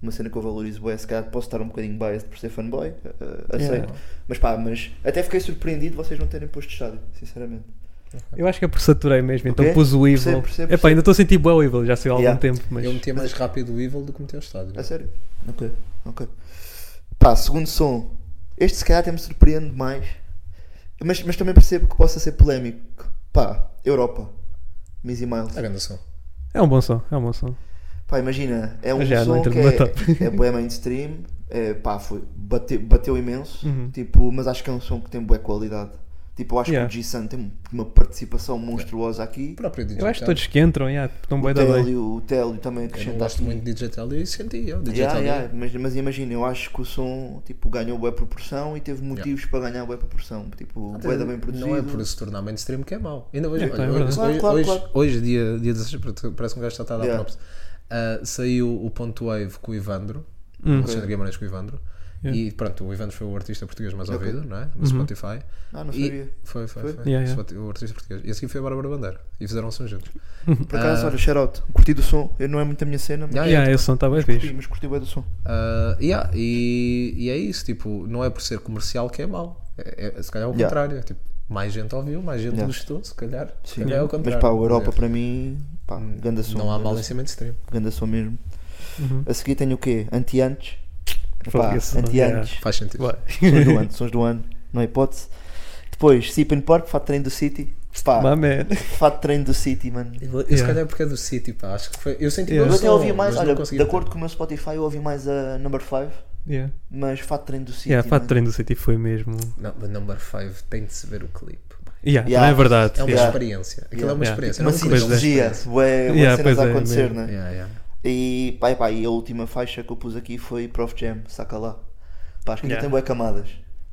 uma cena que eu valorizo bué, se calhar posso estar um bocadinho biased por ser fanboy, eh, eh, aceito.
Yeah.
Mas pá, mas até fiquei surpreendido vocês não terem posto estádio, sinceramente.
Eu acho que é por saturei mesmo, então
Ok.
pus o
Percebo,
Evil.
percebo,
Epá,
percebo.
ainda estou a sentir bué o Evil, já saiu há algum
Yeah.
tempo, mas. é
Eu metia mais rápido o Evil do que meter o estádio.
A É sério? Ok, ok. Pá, segundo som. Este se calhar até me surpreende mais. Mas, mas também percebo que possa ser polémico. Pá, Europa. Missy Miles.
A grande som.
É um bom som, é um bom som.
Pá, imagina, é um
Já, não
som
entra
que
numa
é,
top.
é bué mainstream. É, pá, foi, bateu, bateu imenso.
Uhum.
Tipo, mas acho que é um som que tem boa qualidade. Tipo, eu acho
Yeah.
que o G-Sun tem uma participação monstruosa aqui.
O próprio DJ
Eu acho que
Khaled.
todos que entram, yeah, estão
O
bem da bem.
Télio, o Télio também
Eu não
acrescenta
gosto
aqui.
muito de DJ Tell e senti eu. DJ
Yeah,
Tell
yeah, mas, mas imagina, eu acho que o som tipo, ganhou boa proporção e teve motivos para ganhar boa proporção. Tipo, o bué da bem produzido.
Não é por se tornar mainstream que é mau. Ainda hoje,
É,
olha,
claro,
hoje,
é
verdade.
hoje-
Claro,
hoje,
claro,
hoje, dia, dia 16, porque parece que um gajo está a dar
Yeah.
props. Ah, saiu o Ponto Wave com o Ivandro,
Hum.
Alexandre Guimarães com o Ivandro.
Yeah.
E pronto, o Ivandro foi o artista português mais
Ok.
ouvido, não é? No
Uhum.
Spotify.
Ah, não
E-
sabia.
Foi, foi,
Foi?
foi.
Yeah, yeah.
Spot- O artista português. E a seguir foi a Bárbara Bandeira. E fizeram um som juntos.
Por acaso, olha, shout-out, curti do som. Eu não é muito a minha cena, mas,
Ah. Yeah,
Yeah, esse som está bem
curti,
fixe.
mas curti bem do som.
Ah, yeah, e, e é isso, tipo, não é por ser comercial que é mau. É, é- se calhar é o
Yeah.
contrário. é Tipo, mais gente ouviu, mais gente
Yeah.
gostou, se calhar. se
Sim.
calhar é o
mas
contrário.
pá, a Europa
Quer
para mim, pá, ganda
dizer,
som.
Não há mal
ganda
em
som,
cima de stream.
Ganda som mesmo.
Uhum.
A seguir tenho o quê? Anti-antes. Pá,
Foda-se, yeah.
Anti-antes.
Faz sentido.
Vai.
Sons do ano, sons do ano, não há hipótese. Depois, Sip and Pork, Fato Treino do City.
My
Pá,
man.
Fato Treino do City, mano.
Eu, eu se
Yeah.
calhar porque é do City, pá. Acho que foi. Eu senti
Yeah.
bem
Eu
o
até
som,
ouvi
mas
mais,
não
olha,
consegui
de acordo com o meu Spotify, eu ouvi mais a Number 5,
Yeah.
mas Fato Treino do City.
Yeah, Fato
mano.
treino do City foi mesmo.
Não, mas Number 5 tem de se ver o clipe.
Yeah,
Yeah.
Não é verdade.
É uma
yeah.
experiência. Aquilo é uma
Yeah.
experiência.
Uma
não é um concerto.
simbologia, bué, bué
né? Yeah,
cenas
pois
a
é,
acontecer,
mesmo.
né?
Yeah, yeah.
E, pá, e, pá, e a última faixa que eu pus aqui foi Prof Jam, saca lá. Pá, acho que ainda
Yeah.
tem bué camadas.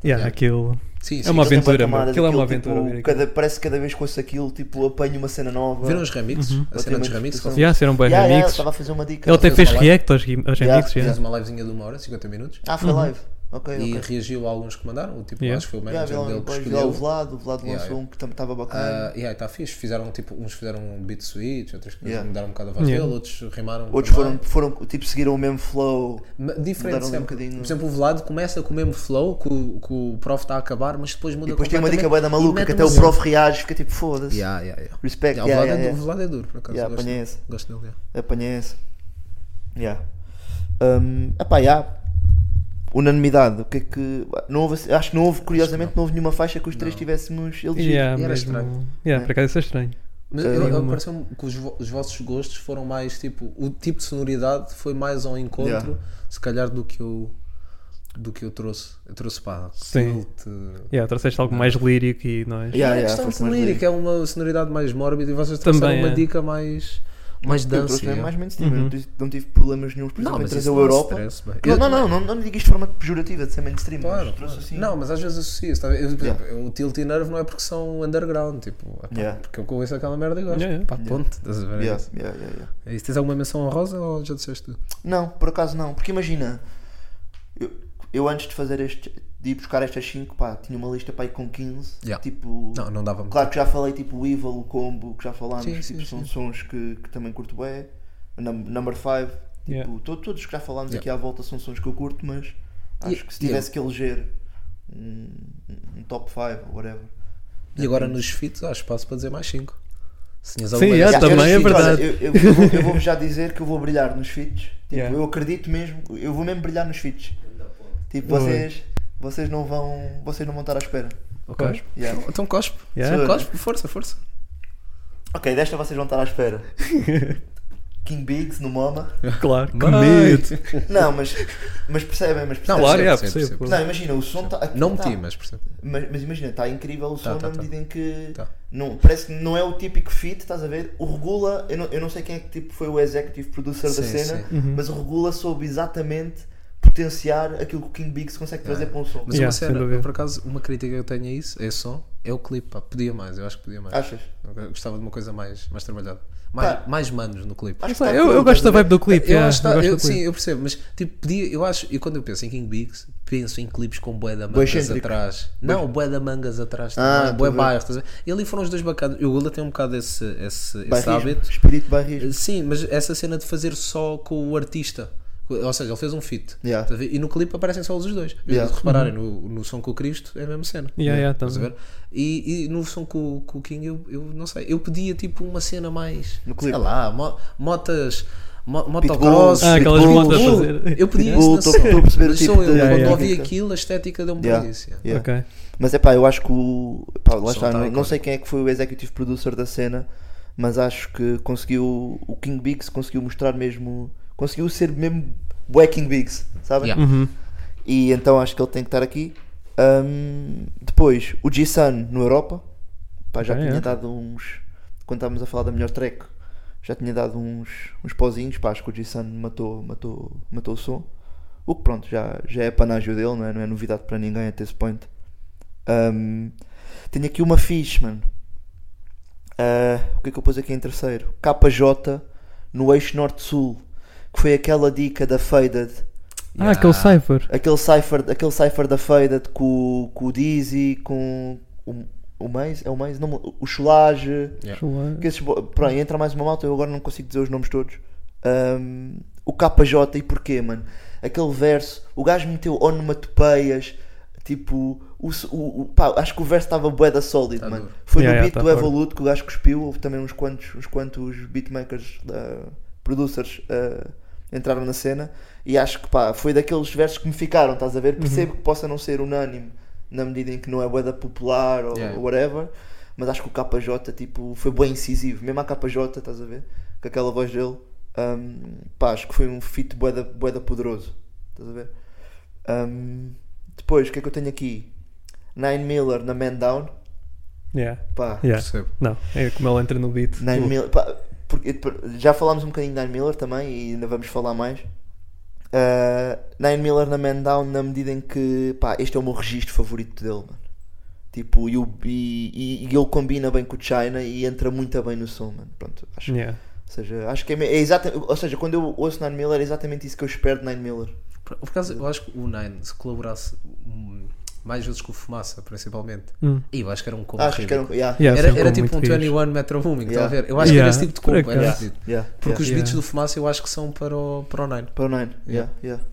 Yeah, aquilo.
Sim, sim.
É uma
Ainda tem bué
aventura, meu.
camadas,
Aquilo é uma
tipo,
aventura, ver aquilo.
cada- parece que cada vez que ouço aquilo, tipo, apanho uma cena nova.
Viram os remixes? A
Eu
cena
tenho
dos
uma
remixes?
discussão.
Yeah, serão bem
Yeah, yeah,
remixes.
estava a fazer uma dica.
Ele até
Fez
fez
uma
react aos, gui- aos
Yeah,
remixes.
Fez
yeah.
uma livezinha de uma hora, 50 minutos.
Ah,
Uhum.
foi live. Ok,
E
ok.
reagiu a alguns que mandaram. O tipo,
Yeah.
acho que foi o
Yeah,
manager
vi lá,
dele que
depois vi lá né?
escolheu.
o Vlado, o Vlado
Yeah,
lançou
yeah.
um que também estava bacana.
Ah, yeah, está fixe. Fizeram tipo, uns fizeram um beat switch, outros que
Yeah.
mudaram um bocado a voz
Yeah.
dele, outros rimaram.
Outros
também.
foram, foram, tipo, seguiram o mesmo flow.
Ma- Diferente
Mudaram ali um
sempre.
bocadinho.
Por exemplo, o Vlado começa com o mesmo flow que o, que o prof está a acabar, mas depois muda
E depois tem uma dica bué da
completamente e
maluca
mete
que até
uma
o
cena.
prof reage, fica tipo, foda-se.
Yeah, yeah, yeah.
Respect,
Yeah,
yeah,
o, Vlado é,
yeah,
du-
yeah.
o Vlado é duro, por acaso.
Yeah,
gosto,
apanhei esse.
gosto dele. yeah.
Apanhei esse. Yeah. Um, epá, yeah. Unanimidade. O que é que. Não houve, acho que não houve, curiosamente, não. houve nenhuma faixa que os três tivéssemos elegido.
Yeah,
E era
mesmo-
estranho.
Yeah, por acaso isso é estranho.
Mas
Eh,
eu- eu,
uma-
pareceu-me que os, vo- os vossos gostos foram mais tipo. O tipo de sonoridade foi mais ao encontro,
Yeah.
se calhar, do que eu, do que eu trouxe. Eu trouxe pá,
Sim.
Silt.
Yeah, trouxeste algo mais lírico e nós.
Yeah,
é
yeah,
questão
foste
de
mais
lírica,
lírico.
é uma sonoridade mais mórbida e vocês
Também
trouxeram uma
é.
dica mais. mais
Eu
dança.
trouxe
yeah.
mesmo é mais mainstream. eu Não, tive- não tive problemas nenhum, por exemplo, em trazer
isso
o
não é
Europa.
stress, bem.
Não,
Eu-
não, não, não, não digo isto de forma pejorativa de ser mainstream,
Claro,
mas trouxe assim.
Não, mas às vezes associa-se. tá a ver? Eu, por
Yeah.
exemplo, O Tilt e Nerve não é porque são underground, tipo, é pá,
Yeah.
porque eu ouço aquela merda e gosto.
Yeah, yeah.
Pá, ponto. Estás a ver? É
Yeah,
isso.
yeah, yeah, yeah.
É isso. Tens alguma menção honrosa ou já disseste tudo?
Não, por acaso não, porque imagina, eu, eu antes de fazer este, de ir buscar estas 5, pá, tinha uma lista pá, aí com 15,
Yeah.
tipo,
Não, não dava
claro que já falei tipo o Evil, o Combo, que já falámos,
Sim, sim,
tipo, são sons que, que também curto bem, Num- Number 5, tipo,
Yeah.
to- todos que já falámos
Yeah.
aqui à volta são sons que eu curto, mas acho
E-
que se
e eu-
tivesse que eleger um, um top 5, whatever.
E agora nos feats há espaço para dizer mais 5. Se tinhas
Sim,
alguma
yeah,
menção-
também é
nos feats, olha,
verdade.
eu- eu, eu vou- eu vou-vos já dizer que eu vou brilhar nos feats. Tipo,
Yeah.
eu acredito mesmo, eu vou mesmo brilhar nos feats. Tipo,
Boa.
vocês, vocês não vão. Vocês não vão estar à espera.
Ok.
Cospe.
Yeah.
Então cospe.
Yeah.
Então Cospe, força, força.
Ok, desta vocês vão estar à espera. King Biggs no MoMA.
Claro. Que
Vai.
medo.
Não, mas, mas percebem, mas percebem.
Não,
Claro, é,
percebo, percebo,
percebo.
Não, imagina, o som tá está.
Não meti, mas percebo.
Mas, mas imagina, está incrível o som
tá,
na
tá.
medida em que.
Tá.
Não, parece que não é o típico fit, estás a ver? O Regula, eu não, eu não sei quem é que tipo, foi o executive producer da
Sim,
cena,
sim.
mas o Regula soube exatamente potenciar aquilo que o King Biggs consegue trazer para um som.
Mas
Yeah,
uma
sem
cena,
dúvida.
por acaso, uma crítica que eu tenho a isso, a esse som, é o clipe, pá. Podia mais, eu acho que podia mais.
Achas?
Eu gostava de uma coisa mais, mais trabalhada. Mais,
Pá.
mais manos no clipe.
Acho que tá
Eu,
está
eu
cool,
gosto da
estás a ver?
vibe do clipe.
Eu
Tipo, yeah,
acho que tá-
gosto
eu-
do
sim,
clipe.
eu percebo, mas tipo, podia, eu acho, e quando eu penso em King Bigs, penso em clipes com bué da
Bué
mangas
excêntrico.
atrás. Não, bué da mangas atrás, bué
Ah, estou a ver.
bairro. estás a ver? E ali foram os dois bacanas. E O Gula tem um bocado esse, esse, esse
Bairrismo,
hábito.
Espírito barrismo.
Sim, mas essa cena de fazer só com o artista. Ou seja, ele fez um feat.
Yeah.
Estás a ver? E no clipe aparecem só os dois.
Yeah. Uhum.
Se repararem no, no som com o Cristo, é a mesma cena.
Yeah, yeah,
Estás a
também.
ver? E, e no som com, com o King, eu, eu não sei. Eu pedia tipo uma cena mais.
No clipe.
Sei lá, mo- motas. mo-
Pitbulls,
Motocross.
Ah, aquelas
Pitbulls.
motas a
Pitbull.
fazer.
Eu pedia
Pitbull,
isso
tô-
na
tô a
cena.
perceber o
Mas
tipo
só
de-
eu,
Yeah,
quando
yeah.
ouvi aquilo, a estética deu-me
Yeah.
para isso. yeah.
Yeah.
Ok.
Mas é pá, eu acho que o. Pá, lá
som
está,
tá
não, não
icónico.
sei quem é que foi o executive producer da cena, mas acho que conseguiu. O King Biggs conseguiu mostrar mesmo. Conseguiu ser mesmo. Bué King Biggs, sabem?
Yeah.
Uhum.
E então acho que ele tem que estar aqui. Ahm, depois, o G-Sun no Europa. Pá, já
Ah,
tinha
é?
dado uns. Quando estávamos a falar da melhor track, já tinha dado uns, uns pozinhos. Pá, acho que o G-Sun matou, matou, matou o som. O que pronto, já, já é panágio dele, não é, não é novidade para ninguém até esse point. Ahm, tenho aqui uma fixe, mano. Ah, o que é que eu pus aqui em terceiro? KJ no eixo norte-sul. Que foi aquela dica da Faded
Ah, aquele cipher.
aquele cipher, aquele cipher da Faded com, com o Dizzy, com o, o Maze, é o Maze, não, me- o Cholage,
Yeah.
que esses bo- pronto, entra mais uma malta, eu agora não consigo dizer os nomes todos. Ahm, o KJ e porquê, mano? Aquele verso, o gajo meteu onomatopeias, tipo, o, s- o, o- pá, acho que o verso estava bué da solid,
Tá
mano.
duro.
Foi
Yeah,
no
yeah,
beat
tá
do
forte.
Evolute que o gajo cuspiu, houve também uns quantos, uns quantos beatmakers, ah, producers ah, entraram na cena e acho que pá, foi daqueles versos que me ficaram, estás a ver? Percebo que possa não ser unânime na medida em que não é bué da popular ou
Yeah.
whatever, mas acho que o KJ tipo, foi bem incisivo, mesmo a KJ, estás a ver? Com aquela voz dele, hum, pá, acho que foi um feat bué da, bué da poderoso, estás a ver? Hum, depois, o que é que eu tenho aqui? Nine Miller na Man Down,
Yeah.
Pá,
Yeah.
Percebo.
Não, é como ele entra no beat.
Nine
Uh,
Miller, pá, porque- por- já falámos um bocadinho de Nine Miller também e ainda vamos falar mais. Ah, Nine Miller na Man Down, na medida em que pá, este é o meu registro favorito dele, mano. Tipo, e, o- e, e- e ele combina bem com o China e entra muito bem no som, mano. Pronto, acho,
yeah.
ou seja, acho que é, me- é exatamente. Ou seja, quando eu ouço Nine Miller, é exatamente isso que eu espero de Nine Miller.
Por, por acaso, eu acho que o Nine, se colaborasse hum, mais vezes com o Fumaça, principalmente,
Hum.
e eu acho que era um combo.
acho que era
ridículo.
um. Yeah,
Yeah,
Era,
são
era
como
tipo um
muito rios.
21 Metro Booming, estás a
Yeah.
ver? Eu acho
Yeah.
que era esse tipo de
Por
combo. Era
acaso.
fedido.
yeah,
Porque
yeah.
os
Yeah.
beats do Fumaça eu acho que são para o, para o Nine.
Para o Nine, é? yeah,
Yeah.
yeah.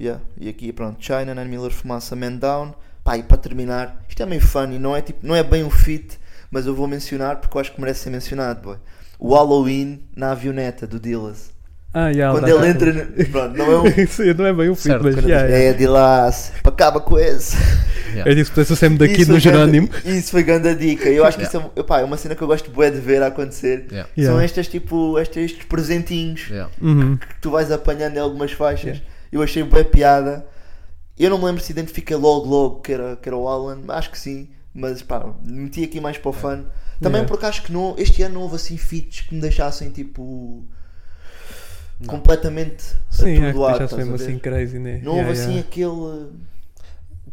yeah. E aqui, pronto, China, Nine Miller, Fumaça, Man Down. Pá, e para terminar, isto é meio funny, não é, tipo, não é bem um fit, mas eu vou mencionar porque eu acho que merece ser mencionado, boy. O Halloween na avioneta do Dillas.
Ah, yeah,
Quando
dá-
ele entra. No... Pronto, não é um.
Sim, não é bem o fim,
Certo,
mas
quando
yeah, yeah.
É, Dillas, acaba com esse.
Eu disse que pudesse sempre daqui
Isso é
no
foi grande-
Jerónimo.
Isso foi grande a dica. Eu acho que isso é, epá, é uma cena que eu gosto bué de ver a acontecer.
Yeah.
Yeah.
São estas, tipo, estes, estes presentinhos.
Yeah.
Uhum.
que tu vais apanhando em algumas faixas.
Yeah.
Eu achei bem piada. Eu não me lembro se identifiquei logo logo que era, que era o Alan, acho que sim, mas pá, meti aqui mais
É.
para o fã. Também
Yeah.
porque acho que não, este ano não houve assim feats que me deixassem tipo completamente
Sim, é que
atordoado.
deixasse
estás a
mesmo
ver?
assim crazy, né?
Não
Yeah,
houve
yeah.
assim aquele.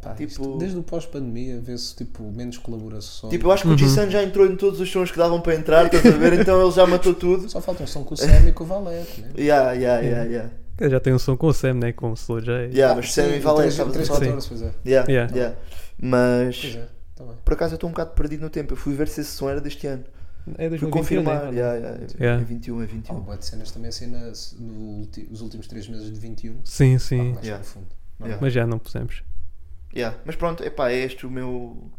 Pá,
Tipo-
isto- desde o pós-pandemia vê-se tipo, menos colaborações.
Tipo, eu acho que
Uhum.
o G-San já entrou em todos os sons que davam para entrar, estás a ver? Então ele já matou tudo.
Só falta um som com o Sam e com o Valete. Né?
Yeah, yeah, yeah, yeah.
Ele Já tem um som com o Sam, né? Com o Slow J.
Yeah, mas Sam e Valé, estavas a
3,
falar.
14, pois é.
Yeah,
Yeah.
yeah. Mas.
Pois é, está bem.
Por acaso eu estou um bocado perdido no tempo. Eu fui ver se esse som era deste ano.
É
Fui
2021,
confirmar.
né?
Yeah, yeah, é-
Yeah.
É 21, é 21.
Há um bué de cenas também assim na, no ulti- nos últimos 3 meses de 21.
Sim,
Pá,
sim.
mais
Yeah.
profundo.
Yeah.
Oh, Mas já não pusemos.
Yeah. Mas pronto, epá, é este o meu.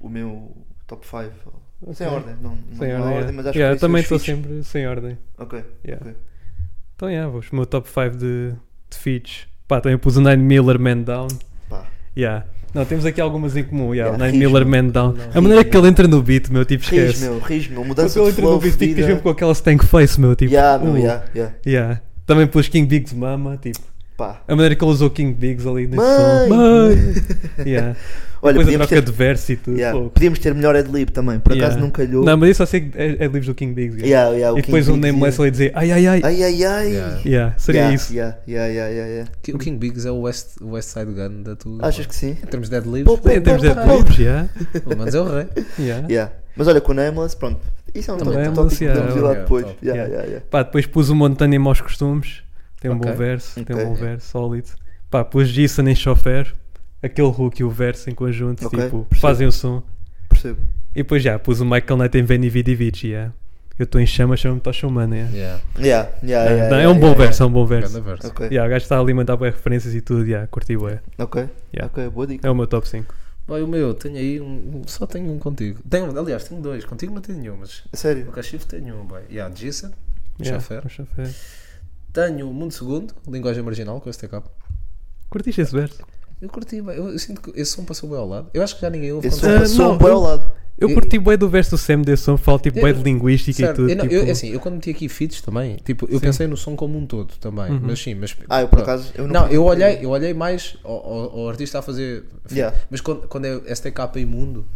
O meu top 5. Sem
Ok.
ordem. Não, não
Sem
não há
ordem. yeah.
mas acho
Yeah, eu
que
também
podia ser
estou
os feats.
sempre sem ordem.
Ok.
Yeah.
Ok.
Então, yeah, vou. O meu top 5 de, de feats. Pá, também pus o Nine Miller Man Down.
Pá.
Yeah. Não, temos aqui algumas em comum. Yeah,
Yeah,
o Nine
rijo,
Miller Man Down. A maneira que ele entra no beat, meu, tipo,
Riz,
esquece.
meu, riz, meu.
Quando
Mudança
ele
de
entra no
flow.
beat, tipo, tens mesmo
Vida.
com aquela stank face, meu, tipo.
Yeah, meu,
uh,
yeah, yeah.
yeah. Também pus King Bigs Mama, tipo.
Pá.
A maneira que ele usou King Bigs ali nesse
Mãe!
som. Mãe! yeah.
Olha,
Depois a
podíamos
troca
ter,
de verso e tudo.
yeah,
pô.
podíamos ter melhor Adlib também. Por acaso
Yeah.
não calhou.
Não, mas isso eu sei que é, é livros do King Biggs. yeah.
Yeah, yeah, o
e depois
King
um
Big
nameless
dizia-
ali dizer ai ai ai.
Ai, ai, ai.
Yeah.
Yeah, seria
Yeah,
isso.
Yeah, yeah, yeah, yeah, yeah.
Ki- O King Biggs é o West, o West Side Gun da tua.
Achas que sim?
Em termos de deadlifts,
Pô, pô,
Em termos de
Caralho.
livros, yeah.
pelo menos é o rei.
yeah.
Yeah. Mas olha, com o Nameless, pronto. Isso é um
Também
tópico
Nameless,
que
yeah,
podemos ir lá
yeah,
depois.
top.
Yeah,
Yeah.
yeah, yeah.
Pá, depois pus um o Montana em maus costumes. Tem um
Ok.
bom verso, tem um
Ok.
bom verso, sólido. Pá, pus Jason em chofer. Aquele hook e o verso em conjunto,
Ok,
tipo,
percebo.
fazem o som.
Percebo.
E depois já, pus o Michael Knight em Veni Vidi Vici, yeah. Eu estou em chama, chama-me Toshomana, yeah.
Yeah,
Yeah, yeah,
Não,
yeah,
não,
yeah,
é um bom
yeah,
verso, é um bom
grande
verso.
verso.
yeah. Ok,
Yeah, o gajo está ali a mandar boas referências e tudo, yeah, curti bué.
ok,
Yeah.
ok, boa dica.
É o meu top 5.
Vai, o meu, tenho aí um. Só tenho um contigo. Tenho, aliás, tenho dois. Contigo não tenho nenhum, mas.
A É Sério?
O Cachifo tenho um, boy. Yeah, Jason.
Yeah,
Chofer.
um chofer.
Tenho o Mundo Segundo, Linguagem Marginal, com este capa.
Curtiste esse verso?
Eu curti, bem. eu, eu sinto que esse som passou bem ao lado. Eu acho que já ninguém ouve.
Esse
quando- tá
Ah,
som passou
não,
um boi ao
eu-
lado.
Eu
E-
curti bué do verso do Sam desse som, falo tipo bué de
Eu-
linguística
Certo,
e tudo.
eu, não-
tipo,
eu- assim, eu quando meti aqui feeds também, tipo, eu
Sim. Uhum.
pensei no som como um todo também, mas sim, mas.
Ah, eu por
pronto.
acaso. Eu não,
Não, eu olhei, eu olhei mais ao, ao- ao artista a fazer. feat.
Yeah.
Mas quando, quando é STK imundo,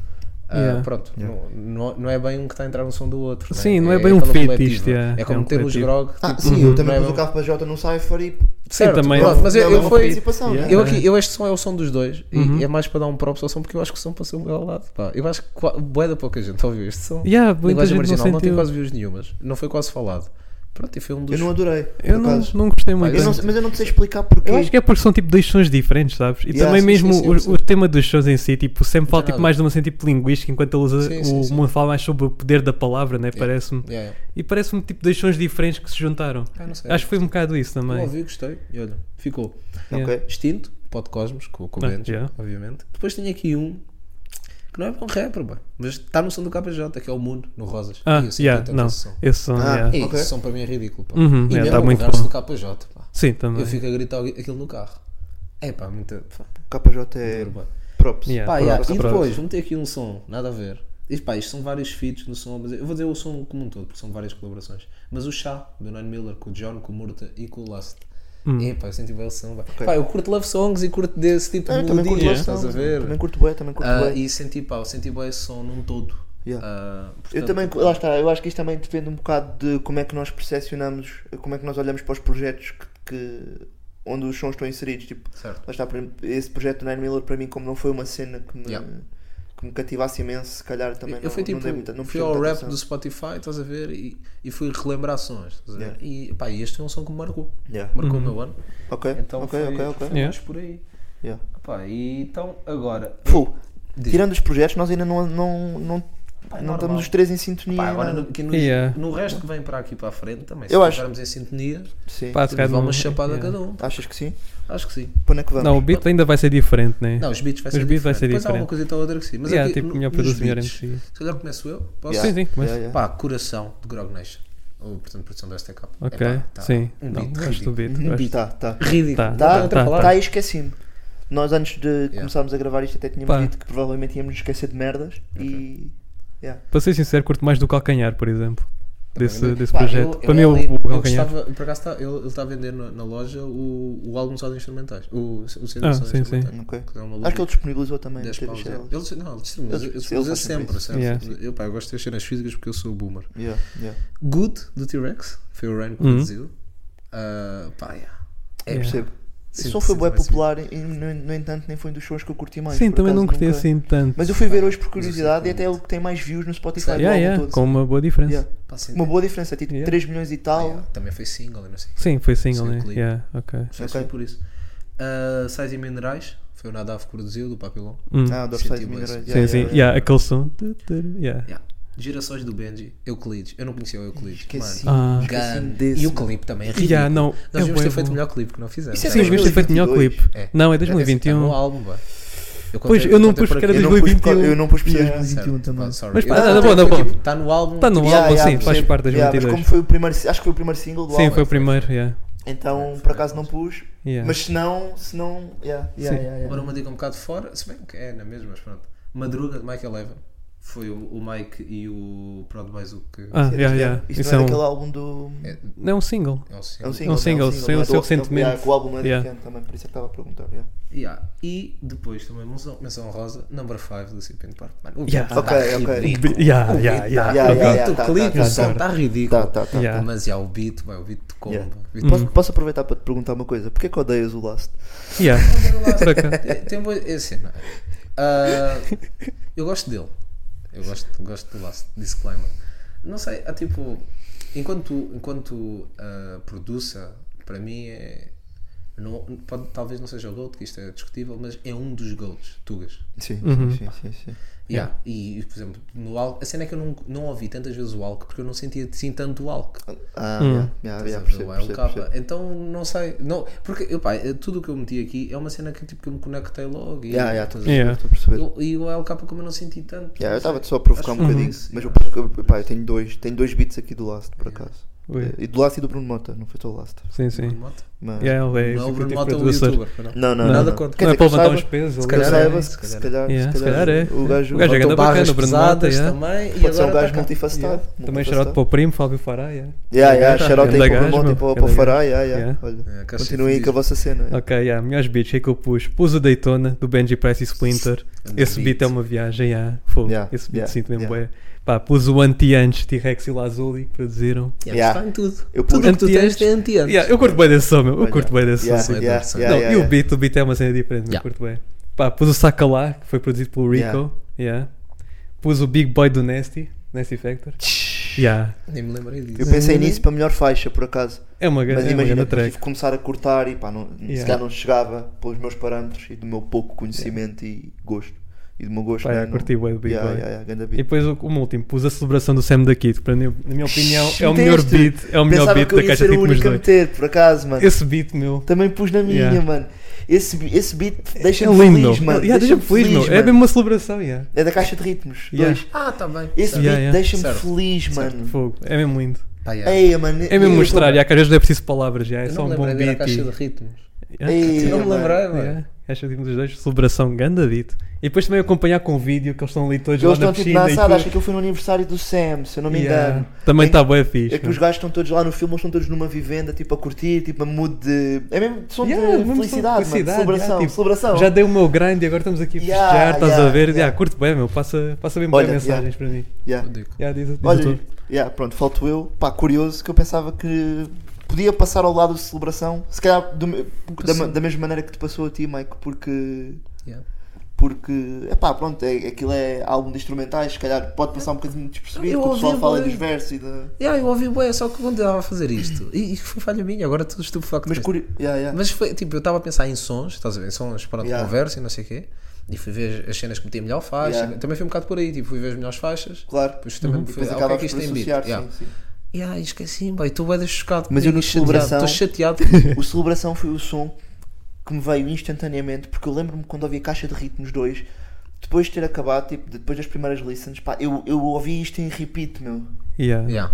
ah,
Yeah.
pronto, não, não, não é bem um que está a entrar no som do outro.
Sim,
né?
não é bem um
aquela
feat
coletiva.
isto, yeah,
É
é
como
um
ter os
coletivo.
grog.
Ah,
tipo,
sim, eu também
não é
pus o
bem-
carro para Jota num Cypher e.
Certo,
também.
pronto, mas eu,
Não,
eu
não
foi.
participação,
Yeah.
né?
Eu aqui, eu este som é o som dos dois e-
Uhum.
e é mais para dar um props ao som porque eu acho que o som passou bem ao lado. pá. Eu acho que qua- bué da pouca gente ouviu este som.
Yeah, muita
Linguagem
gente não
marginal não, tem
sentiu.
quase views nenhumas, não foi quase falado. Pronto, e foi um dos.
Eu não adorei.
Eu
por
não,
acaso.
não gostei muito.
Eu não- mas eu não te sei explicar porquê.
Eu acho que é porque são tipo dois sons diferentes, sabes? E
Yeah,
também
sim,
mesmo
sim, sim,
o,
eu percebo.
o tema dos sons em si, tipo, sempre fala
Não tem nada.
tipo, mais de uma cena tipo linguística, enquanto ele usa
Sim, sim,
o
sim.
uma fala mais sobre o poder da palavra, né? Parece-me.
Yeah, yeah.
E parece-me tipo dois sons diferentes que se juntaram.
Ah, não sei.
Acho que foi um bocado isso
Eu
também.
ouvi, gostei e olha, ficou.
Yeah.
Ok.
Extinto, Pod Cosmos, com, com o
Ah,
Benji,
yeah.
obviamente. Depois tinha aqui um que não é bom rapper, bem, mas está no som do KJ, que é o Mundo, no Rosas.
Ah,
E eu sinto
yeah,
tanto então,
não.
esse som.
Esse som,
Ah,
yeah.
E
Ok.
esse som para mim é ridículo. Pá.
Uhum,
e
yeah,
mesmo
tá
o
muito
verso
bom.
do KJ. Pá.
Sim, também.
é?
Eu fico a gritar aquilo no carro. É pá, muito. Pá,
KJ é.
muito bem.
Props.
Yeah,
Pá,
pronto,
yeah, E
pronto.
depois, vou meter aqui um som, nada a ver. E, pá, isto são vários feats no som, mas eu vou dizer o som como um todo, porque são várias colaborações. Mas o Chá, do Nine Miller, com o John, com o Murta e com o Lust.
Hum.
E, pá, eu senti bem o som. vai. Pá, eu curto love songs e curto desse tipo
Ah,
de
Eu também curto
melodias,
Love
estás a
Songs,
ver?
Também curto bué, também curto
Ah,
bué.
e senti, pá, eu senti bem esse som num todo.
Yeah.
Ah,
Eu
portanto,
também, lá está, eu acho que isto também depende um bocado de como é que nós percepcionamos, como é que nós olhamos para os projetos que, que- onde os sons estão inseridos. Tipo,
Certo.
lá está, por exemplo, esse projeto do Nine Miller para mim, como não foi uma cena que me,
Yeah.
que me cativasse imenso, se calhar também
eu
não,
fui
não
tipo,
dei muita, não
fui
prestei
ao
muita
rap
atenção.
do Spotify, estás a ver, e, e fui relembrar sons, estás a ver?
Yeah.
E pá, este é um som que me marcou,
Yeah.
marcou o meu ano,
Ok,
então
ok,
foi,
ok, ok.
foi
Uhum. Yeah.
mais por aí.
Yeah.
Pá, e então agora,
Fu,
Diz.
tirando os projetos, nós ainda não, não, não,
Pá, é
não
normal.
estamos os três em sintonia.
pá, agora
nada.
no, que no,
Yeah.
no resto que vem para aqui para a frente também, se
Eu acho-
estivermos em sintonia,
Sim.
Pá, se calhar
levar
não-
uma chapada a
yeah.
cada um,
Achas que sim?
acho que sim.
Para onde é que vamos?
Não, o beat ainda vai ser diferente, né?
Não, os beats vai
Os
ser diferente.
beats vai ser
Depois há
diferente.
uma coisa e tal outra que sim. Mas
Yeah,
aqui,
tipo,
no-
melhor
nos
produzir
beats,
entre si.
Se calhar começo eu, posso?
Yeah.
Sim, sim, mas.
Yeah, yeah.
Pá, Coração, de Grog Nation. Ou, portanto, produção da STK.
Ok,
Epá, tá.
sim.
Um
não,
beat
gosto do
ridículo.
beat.
Um
gosto.
beat, Tá, tá.
Ridículo.
Tá,
Não
Tá,
tem
tá,
outra
tá,
palavra.
tá, esqueci-me. Nós antes de começarmos a gravar isto até tínhamos
Pá.
dito que provavelmente íamos esquecer de merdas e. Yeah.
Para ser sincero, curto mais do calcanhar, por exemplo. Desse,
Também. é.
desse
Pá,
projeto.
eu-
Para
eu
mim, o-
ali-
o
eu
calcanhar.
gostava- Por acaso, tá, ele ele está a vender na, na loja o, o álbum só de instrumentais. O, o CD
Ah,
só de
sim, sim.
instrumentais.
Ok.
Que é uma
Acho que
loucura.
ele disponibilizou também.
10
teve
paus.
chelas.
é. Eles, não, eles disponibilizam
Eles-
eles
eles
disponibilizam
fazem
sempre,
isso.
certo?
Yeah.
Eu, pá, eu gosto de ter nas físicas porque eu sou boomer.
Yeah, yeah.
Good, do T-Rex. Foi o Ryan que
Uhum.
produziu. Ah, pá, yeah. É,
Yeah.
Percebo. Esse
Sim,
som foi
sim,
bué
também sim.
popular e, no, no entanto, nem foi um dos shows que eu curti mais.
Sim,
por
também
acaso
não gostei
nunca-
assim tanto.
Mas eu fui ver hoje por
Mas eu sei
curiosidade e
que-
até é o que tem mais views no Spotify do
Yeah,
álbum
yeah,
todo.
com uma boa diferença.
Yeah.
pá, sim, é.
Uma boa diferença, tipo
Yeah.
3 milhões e
Ah,
tal.
yeah, Também foi single, eu não sei.
Sim, foi single,
Sim,
né?
clipe.
Yeah, ok.
Foi
Ok.
só por isso. Ah, sais e Minerais. Foi o Nadav que produziu, do Papilon.
Hum.
Ah, do
Sim,
Upside
tipo
Minerais.
esse.
sim, sim.
yeah.
Yeah, aquele som. Tu, tu, Yeah.
Yeah. Gerações do Benji, Euclides. Eu não conhecia o Euclides.
Esqueci,
Mano,
Ah.
esqueci
grande.
assim, desse.
E o clipe também é ridículo.
Yeah, não, é
Nós devíamos
bué
ter
bom.
feito o melhor clipe que não fizemos.
Isso é
Tá
Sim,
bem?
devíamos ter feito melhor clipe.
2022.
É.
Não, é
Até se está
2021.
No álbum, bué. Eu
Pois,
contei-
eu não
contei
pus
por aqui.
que era
Eu não pus
2021.
pa- Eu não pus perceber
Yeah.
2021 também.
um Mas pá,
tá na boa,
na boa.
Está no álbum.
Está Tá no
tipo,
Yeah,
álbum,
yeah,
sim, faz
percebo.
parte de
Yeah, mas
2022.
como foi o primeiro, si- acho que foi o primeiro single do
Sim,
álbum.
foi o primeiro. Yeah.
Então, por acaso não pus,
Yeah.
mas se não, se não, yeah, yeah,
Sim.
yeah, yeah.
Agora uma dica um bocado fora, se bem que é na mesma, mas pronto. Madruga de Michael Evan. Foi o, o Mike e o Prod Baizu que.
Ah,
Sim,
yeah,
isto
yeah.
é- Isto
Isso
não
é
é daquele
um.
álbum do...
É,
Não é um single.
é um
É
single.
um
um
single,
single, saiu
mas
seu
do-
recentemente.
yeah, que o álbum é
Yeah.
diferente também, por isso é que estava a perguntar. yeah.
Yeah. E depois também menção, menção rosa, number 5 do Sipin Park. Mano, o
Yeah.
beat tá
Ok, ok.
ridículo.
Yeah,
O beat
Ah, yeah,
tá-
yeah.
O
Yeah, yeah,
beat,
yeah, tá,
o clipe,
tá,
o
tá,
som
tá.
está ridículo.
Tá, tá, tá.
Yeah.
Mas yeah, o beat, vai, o beat de combo.
Yeah. Hum.
Beat
Posso, posso aproveitar para te perguntar uma coisa? Porquê é que odeias o Last?
Yeah. Por acaso.
Tem- Tem boa. É assim, não é? Ah, eu gosto dele. Eu gosto, gosto do Last. Disclaimer. Não sei, há tipo. Enquanto, enquanto ah, produça, para mim é. Não, pode, talvez não seja o GOAT, que isto é discutível, mas é um dos GOATs, Tugas.
Sim,
Uhum.
sim, sim, sim.
Yeah. E, por exemplo, no Alck, a cena é que eu não, não ouvi tantas vezes o Alck porque eu não sentia assim tanto o Alck.
Ah,
Hum.
yeah,
Estás a
yeah, yeah,
ver? é
percebo,
O LK.
percebo, percebo.
Então não sei. Não, porque eu, pá, eu- tudo o que eu meti aqui é uma cena que, tipo, que eu me conectei logo. E,
Yeah, yeah, estou a
Yeah.
perceber, estou a
Eu-
perceber.
e o LK como eu não senti tanto.
Yeah,
não
eu
sei.
estava só a provocar um
Acho que
bocadinho,
isso,
mas eu,
yeah.
eu- pá, eu tenho dois, tenho dois beats aqui do Last, por acaso. Eh,
Ui.
E do Last e do Bruno Mota, não foi só o Last.
Sim, sim.
Mota.
Mas...
Yeah, ele é
Não, o Bruno
executivo
Mota é um
producer.
youtuber. pois não.
Não, não,
Não.
não,
Nada
não.
contra.
Quer
Não
dizer,
é para
que eu
levantar uns
saiba-
pesos.
se
ele-
que eu
calhar
saiba,
é,
se
se
se
calhar.
calhar,
Yeah,
se
se
calhar
calhar é.
o gajo,
O gajo é
Meteu
grande
barras
bacana, o Bruno Mota.
pesadas
yeah.
também. e
pode ser um
agora
gajo
tá cá.
multifacetado.
Também
multifacetado.
shout para o primo, Fábio Fará. yeah.
Yeah, yeah, shout out aí
Ganda
para o Bruno
gajo,
Mota e
meu.
para, para o
Ganda
Fará, yeah, yeah.
Yeah.
Olha,
É, que acho
continuem aí
que
com a vossa cena. yeah.
Ok, yeah, melhores beats que é que eu pus. Pus o Daytona do Benji Price e Splinter. Esse beat é uma viagem, yeah. Fogo.
Yeah,
Esse beat
yeah,
sinto mesmo
yeah.
bué. Pá, pus o Anti-Antes, T-Rex e Lazuli que produziram.
Yeah,
Yeah.
Está em tudo.
Eu
Tudo o que tu
Anti-antes.
tens é anti-antes.
Yeah, eu curto bem desse som, meu. Eu
Olha,
curto bem desse
yeah,
som.
sim,
yeah,
sim.
yeah,
Não,
yeah,
e o
yeah.
beat, o beat é uma cena diferente, meu.
Yeah.
curto bem. Pá, pus o Sakalá, que foi produzido pelo Rico.
Yeah.
Yeah. Pus o Big Boy do Nasty, Nasty Factor. Yeah.
Nem me lembrei disso.
Eu pensei nisso para melhor faixa, por acaso.
É uma grande,
Mas
é uma
imagina, depois
grande track.
tive que começar a cortar e pá, não, se
Yeah.
calhar não chegava pelos meus parâmetros e do meu pouco conhecimento e gosto. E do meu gosto.
Pá,
né,
yeah,
não-
curti bué do Big
Yeah,
Boy.
yeah, yeah, ganda
E
beat.
depois o, o último, pus a celebração do Sam da Kid, que para mim, na minha opinião é
Meteste?
o melhor beat, é o melhor
Pensava
beat
que eu
da
ia
caixa
ser
tipo de
o
ritmos
único a
2.
meter, por acaso, mano.
Esse beat, meu.
Também pus na minha,
Yeah.
mano. Esse, be- esse beat
É
deixa-me
lindo.
feliz, mano.
Yeah, deixa-me feliz, meu. É
mano.
mesmo uma celebração, yeah.
É da caixa de ritmos.
Yeah.
dois.
Ah, está bem.
Esse
Yeah,
beat
yeah.
deixa-me
Certo.
feliz, mano.
Fogo. É mesmo lindo.
Pá, yeah.
Eia, mano.
É mesmo mostrar, yeah, que às vezes não é preciso palavras, yeah. é
Eu
só
não
um
me
bom
lembrei da
beat.
caixa de
E...
ritmos.
Ei,
Não me
mano.
lembrei, mano.
Yeah. Acho que dos dois, celebração gandadito. E depois também acompanhar com o vídeo que eles estão ali todos
Eles
lá na
estão tipo
piscina
na
e
assada,
tudo.
acho que aquilo foi no aniversário do Sam, se eu não me
Yeah.
engano.
Também
Tem-
está bem fixe.
É que os
mano.
gajos estão todos lá no filme, eles estão todos numa vivenda, tipo a curtir, tipo a mood de. É mesmo som
Yeah,
de
mesmo som de
felicidade, mano.
felicidade,
Celebração,
yeah, tipo,
celebração.
Já dei o meu grande e agora estamos aqui a
Yeah,
festejar, estás
yeah,
a ver?
yeah.
Yeah, curto bem, meu. Passa, passa bem boas
Olha,
mensagens para mim.
Yeah.
Ridículo.
Yeah, diz, diz
Olha,
tudo.
yeah, pronto, falto eu. Pá, curioso que eu pensava que podia passar ao lado de celebração, se calhar do me- da, ma- da mesma maneira que te passou a ti, Mike, porque.
Yeah.
Porque, epá, pronto, é, aquilo é álbum de instrumentais, se calhar pode passar um bocadinho despercebido,
Eu
que o pessoal
ouvi,
fala
bué.
dos versos e da.
Yeah, eu ouvi bem, só que quando eu estava a fazer isto, e, e foi falha minha, agora estou estupefacto.
Mas
com isto.
curioso. Yeah, yeah.
Mas foi, tipo, eu estava a pensar em sons, estás a ver? Em sons para
Yeah.
de conversa e não sei o quê. E fui ver as cenas que metia a melhor faixa.
Yeah.
Também foi um bocado por aí, tipo, fui ver as melhores faixas.
Claro.
Depois também
E
me fui,
depois
ah, o que é
acabas
que isto
por
tem beat?
associar,
Yeah.
sim, sim.
Yeah, e esqueci-me, bem, tu vais chocado.
Mas eu no Celebração-
Estou chateado. Estou
O Celebração foi o som que me veio instantaneamente, porque eu lembro-me quando ouvi a Caixa de Ritmos 2, depois de ter acabado, tipo, depois das primeiras listens, pá, eu, eu ouvi isto em repeat, meu.
Yeah.
yeah.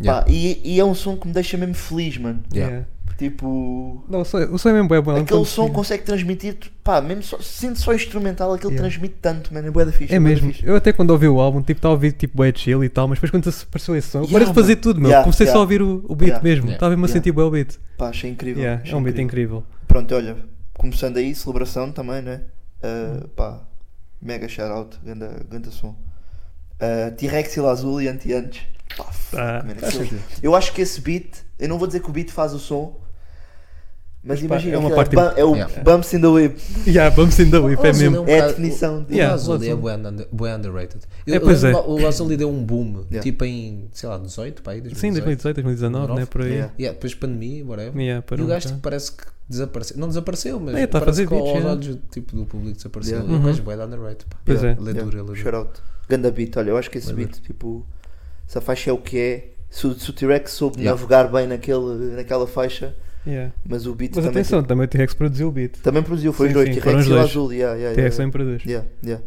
Yeah.
Pá, e, e é um som que me deixa mesmo feliz, mano.
Yeah.
Yeah.
Tipo,
Não, o som o som é mesmo bué bom.
aquele
então,
som
yeah.
consegue transmitir, pá, mesmo só, sendo só instrumental, aquele
Yeah.
transmite tanto, mano. É bué da fixe.
É
bué da
mesmo,
fixe.
eu até quando ouvi o álbum, tipo, estava a ouvir tipo bué chill e tal, mas depois quando apareceu esse som, eu
Yeah,
parei de fazer
mano.
tudo, meu.
Yeah,
Comecei só
yeah.
a ouvir o, o beat
Yeah.
mesmo,
Yeah.
estava mesmo a
Yeah.
sentir bué o beat.
Pá, achei incrível.
Yeah,
achei
é um beat incrível.
Pronto, olha, começando aí, celebração também, né?
Uhum.
Uh, pá, mega shout-out, ganda, ganda som. Uh, T-Rex e Lazuli, anti-antes. Pá, fuck,
Ah,
man, aquilo- Eu acho que esse beat, eu não vou dizer que o beat faz o som, mas,
Mas, pá,
imagina,
é uma
aquilo
parte
bum- é o
Yeah.
Bumps in the Web.
Yeah, vamos ainda ali, é
Lazuli
mesmo.
um
É a
bocado-
definição de.
O
Yeah,
Lazuli é
Lazuli.
bué under- bué underrated. Eu,
É, pois
eu-
é.
O Lazuli deu um boom,
Yeah.
tipo em, sei lá, 18, pá, aí, 2018.
Sim, 2018, 2019, né? Por aí.
Yeah.
Yeah, depois pandemia, whatever.
Yeah,
E
parou
o
um
gajo
bocado.
tipo, parece que desapareceu. Não desapareceu, mas
É, tá a
parece
fazer
que aos
vídeos,
olhos tipo, do público desapareceu.
Yeah.
E o
Uhum.
gajo vai dar underrated. Pá.
Pois é.
Ele é duro, ele é duro.
Shout-out. Ganda beat, olha, eu acho que esse
Lembro.
beat, tipo, se a faixa é o que é, se o, se o T-Rex soube
Yeah.
navegar bem naquele, naquela faixa,
Yeah.
mas o beat
Mas
também.
atenção, também o T-Rex produziu o beat.
Também produziu, foi
Sim,
os dois,
sim,
T-Rex
foram os
e
dois.
Lazuli. Yeah, yeah, yeah,
T-Rex também produz.
Yeah, yeah.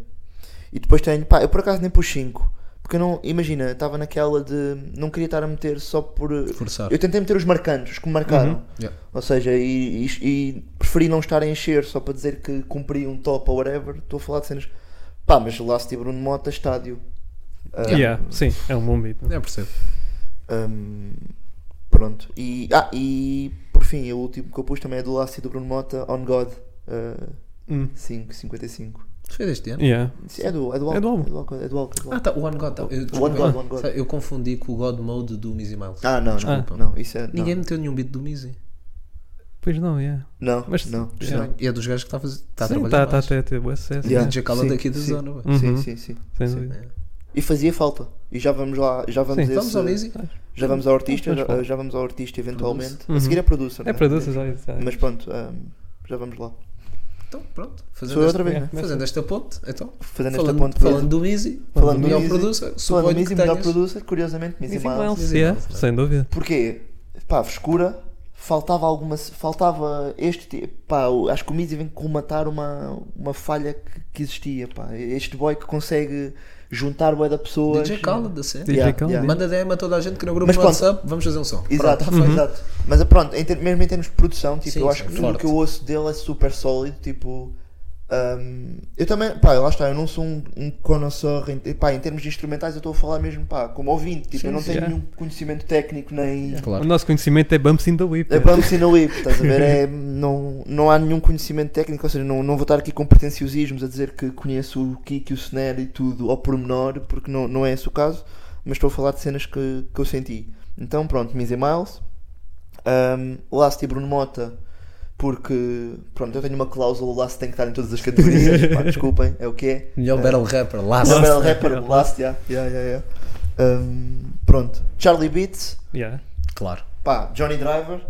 E depois tenho, pá, eu por acaso nem pus 5. Porque eu não, imagina, eu estava naquela de não queria estar a meter só por. Eu
Forçar.
tentei meter os marcantes, os que me marcaram.
Uhum.
Yeah.
Ou seja, e, e- e preferi não estar a encher só para dizer que cumpri um top ou whatever. Estou a falar de cenas. Pá, mas Last e Bruno Mota, estádio. Ah,
Yeah, Sim, é um bom beat.
É, percebo.
Hum, pronto. E, ah, e por fim, o último que eu pus também é do Last e do Bruno Mota, On God. ah,
Hum.
5,55.
Foi deste ano?
Yeah.
É do, é do álbum.
É do álbum.
É do álbum. É do álbum, é do álbum.
Ah, tá, o One God. Tá. Eu, desculpa,
One God, One God.
sabe, eu confundi com o God Mode do Mizzy Miles.
Ah, não,
Desculpa.
não, não, isso é.
Ninguém meteu nenhum beat do Mizzy.
Pois não, yeah.
Não, não,
Mas-
não.
Yeah.
E é dos gajos que está a fazer. Está a
Sim,
trabalhar.
está tá,
mais.
até a ter boa sucesso.
Yeah.
Yeah.
DJ Khaled
Sim,
daqui da
sim.
zona. bué.
Uhum.
Sim, sim, sim.
Sem
Sim,
dúvida.
é.
E fazia falta. E já vamos lá, já vamos
Sim.
a esse-
Vamos ao Mizzy.
Já vamos ao artista,
Vamos
já,
falar.
já vamos ao artista eventualmente.
Uhum.
A seguir é producer.
É
né?
producer, já. já.
Mas pronto, hum, já vamos lá.
Então, pronto. Fazendo,
Sou eu outra
esta,
vez, né?
Yeah.
fazendo esta ponte. Então,
Fazendo esta
falando,
ponta
falando do Mizzy,
Falando do
melhor
Mizzy,
producer,
Falando
suponho
de
que
Mizzy, melhor
tenhas.
producer, curiosamente, Mizzy
Music
Miles.
Miles,
Music
yeah,
Miles, né?
sem dúvida.
Porquê? Pá, frescura. Faltava alguma. Faltava este tipo. Pá, o- acho que o Mizzy vem comatar uma, uma falha que, que existia. Pá. Este boy que consegue juntar boa da pessoa.
DJ Khaled, da cena.
DJ
Yeah,
Khaled.
yeah.
Manda DM a toda a gente que no grupo
Mas
no
pronto.
WhatsApp, vamos fazer um som.
Exato,
Pronto.
exato. Mas é, pronto, em ter- mesmo em termos de produção, tipo,
Sim,
eu acho
sim,
que tudo o
forte.
que eu ouço dele é super sólido, tipo. hum, eu também, pá, lá está, eu não sou um, um connoisseur em, pá, em termos de instrumentais, eu estou a falar mesmo, pá, como ouvinte, tipo, eu não
sim,
tenho
yeah.
nenhum conhecimento técnico nem.
O
Claro.
nosso conhecimento é Bumps in the Whip.
É
né?
bumps in the whip, estás a ver? É, não, não há nenhum conhecimento técnico, ou seja, não, não vou estar aqui com pretenciosismos a dizer que conheço o kick, o snare e tudo ao pormenor, porque não, não é esse o caso, mas estou a falar de cenas que, que eu senti. Então, pronto, Mizzy Miles, um, Last e Bruno Mota, porque, pronto, eu tenho uma cláusula, o Last tem que estar em todas as categorias, pá, desculpem, é o que é.
Melhor battle rapper, Last.
Last, Melhor rapper, Last, yeah, yeah, yeah, yeah. Um, pronto, Charlie Beats,
Yeah.
Claro.
Pá, Johnny Driver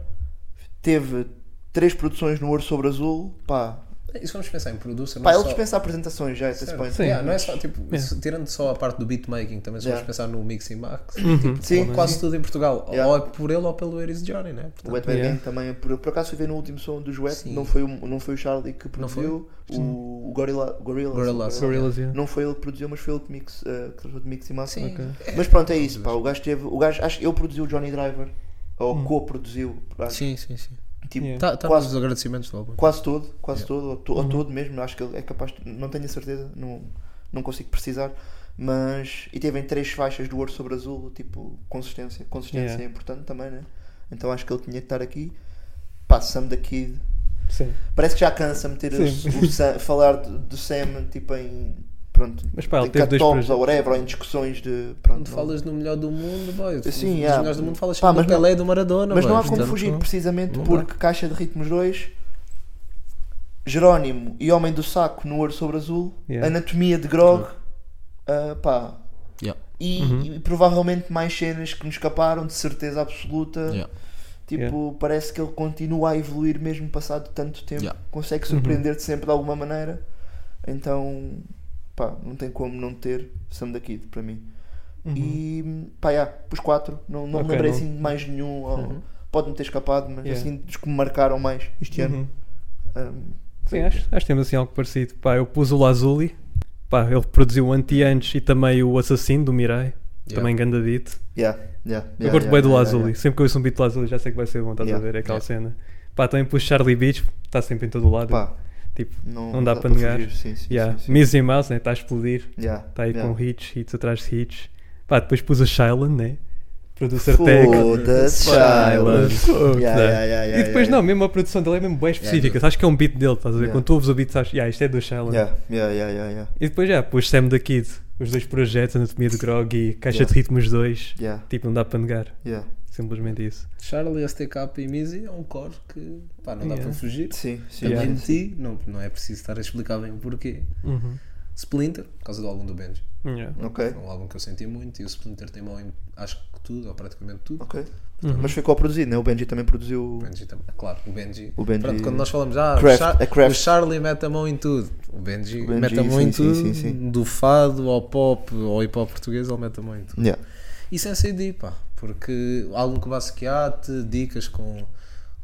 teve três produções no Ouro sobre Azul. Pá,
Isso vamos pensar em producer.
pá
não é
ele
só...
dispensa apresentações já, esse
Certo.
point.
Sim.
Yeah, não é só, tipo,
Yeah.
se- tirando só a parte do beatmaking, também se
Yeah.
vamos pensar no Mix e Max,
Uhum.
Sim,
quase tudo em Portugal,
Yeah.
ou é por ele ou pelo Eris Johnny, né?
O
Portanto,
Wet Man
Yeah.
Gang também, por, por acaso fui ver no último som dos Wet,
Sim.
não foi, o, não foi o Charlie que
Não foi?
produziu, o, o Gorilla, Gorillaz,
Gorillaz.
Gorillaz.
Gorillaz, yeah.
Não foi ele que produziu, mas foi ele que, mix, eh, que tratou de mix e master.
sim,
Ok.
é,
Mas pronto, é
Hum.
isso, pá, o gajo teve, o gajo, acho que ele produziu o Johnny Driver, ou co-produziu, acho.
sim, sim, sim.
Tipo,
Yeah.
Está tá
Quase.
nos agradecimentos do álbum.
Quase todo, quase todo, ou, to- ou
Uhum.
todo mesmo, acho que ele é capaz, de- não tenho a certeza, não, não consigo precisar, mas, e teve em três faixas do ouro sobre azul, tipo, consistência, consistência
Yeah.
é importante também, né? Então acho que ele tinha que estar aqui, pá, Sam da Kid,
Sim.
parece que já cansa meter o,
Sim.
o Sam- falar do, do Sam, tipo, em, pronto,
Mas pá, ele
em
teve dois
tops
projetos.
ou whatever, ou em discussões de, pronto,
Quando
não-
falas no melhor do mundo, boy,
Sim,
os
yeah.
melhores do mundo falas
Pá,
sempre do
mas não-
Pelé e do Maradona.
Mas não
boy,
há como
portanto,
fugir, precisamente
não
porque Caixa de Ritmos 2, Jerónimo e Homem do Saco no Ouro sobre Azul,
Yeah.
Anatomia de Grog, ah, pá.
Yeah.
E,
Uhum.
e provavelmente mais cenas que nos escaparam de certeza absoluta.
Yeah.
Tipo,
Yeah.
parece que ele continua a evoluir mesmo passado tanto tempo.
Yeah.
Uhum.
Consegue surpreender-te sempre de alguma maneira. Então, pá, não tem como não ter Sam da Kid para mim.
Uhum.
E pá, yeah, pus 4. Não, não me
Ok,
lembrei
não-
assim de mais nenhum. ou-
Uhum.
Pode-me ter escapado, mas
Yeah.
assim dos que me marcaram mais este ano.
Uhum.
Um,
Sim, acho, acho que temos assim algo parecido. Pá, eu pus o Lazuli. Pá, ele produziu o Anti-Antes e também o Assassino do Mirai.
Yeah.
Também ganda beat.
yeah, yeah,
eu
yeah,
gosto
yeah,
bem do
yeah,
Lazuli.
yeah,
Sempre que eu ouço um beat do Lazuli já sei que vai ser bom, estás
Yeah.
a ver? É aquela
Yeah.
cena. Pá, também pus Charlie Beach, está sempre em todo o lado.
yeah. Pá,
Tipo,
não,
não dá para negar.
fugir, Sim, sim,
yeah.
sim, sim.
Mizzy Mouse, né? Está a explodir.
Yeah,
Está aí
yeah.
com hits, hits atrás de hits. Pá, depois pus o Shylon, né? Producer Tech.
Foda-se,
Shylon.
Shylon.
Foda-se.
Yeah, yeah, yeah, yeah,
e depois
yeah,
não, mesmo a produção dele é mesmo bem específica. Acho que é um beat dele, estás a ver?
Yeah.
Quando tu ouves o beat, sabes, yeah, isto é do Shylon.
Yeah, yeah, yeah, yeah, yeah.
E depois já, pus Sam da Kid, os dois projetos, Anatomia de Grog e Caixa
Yeah.
de Ritmos 2.
Yeah,
Tipo, não dá para negar.
yeah.
Simplesmente isso.
Charlie, STK e Mizzy é um core que pá, não dá
Yeah.
para fugir.
Sim, sim,
Também
sim,
de
sim.
ti, não, não é preciso estar a explicar bem o porquê. Splinter, por causa do álbum do Benji.
Yeah.
Ok,
É um álbum que eu senti muito e o Splinter tem mão em acho que tudo, ou praticamente tudo.
ok.
Uhum.
Mas foi co-produzido, né? O Benji também produziu.
O Benji também, claro, o Benji.
O Benji-
Pronto, quando nós falamos, ah,
Craft,
o, Char-
é Craft.
o Charlie mete a mão em tudo. O Benji,
O Benji,
mete a mão
sim,
em
sim,
tudo.
sim, sim.
Do fado ao pop, ao hip hop português, ele mete a mão em tudo.
Yeah.
E sem CD, pá, porque álbum com Basquiat, dicas com,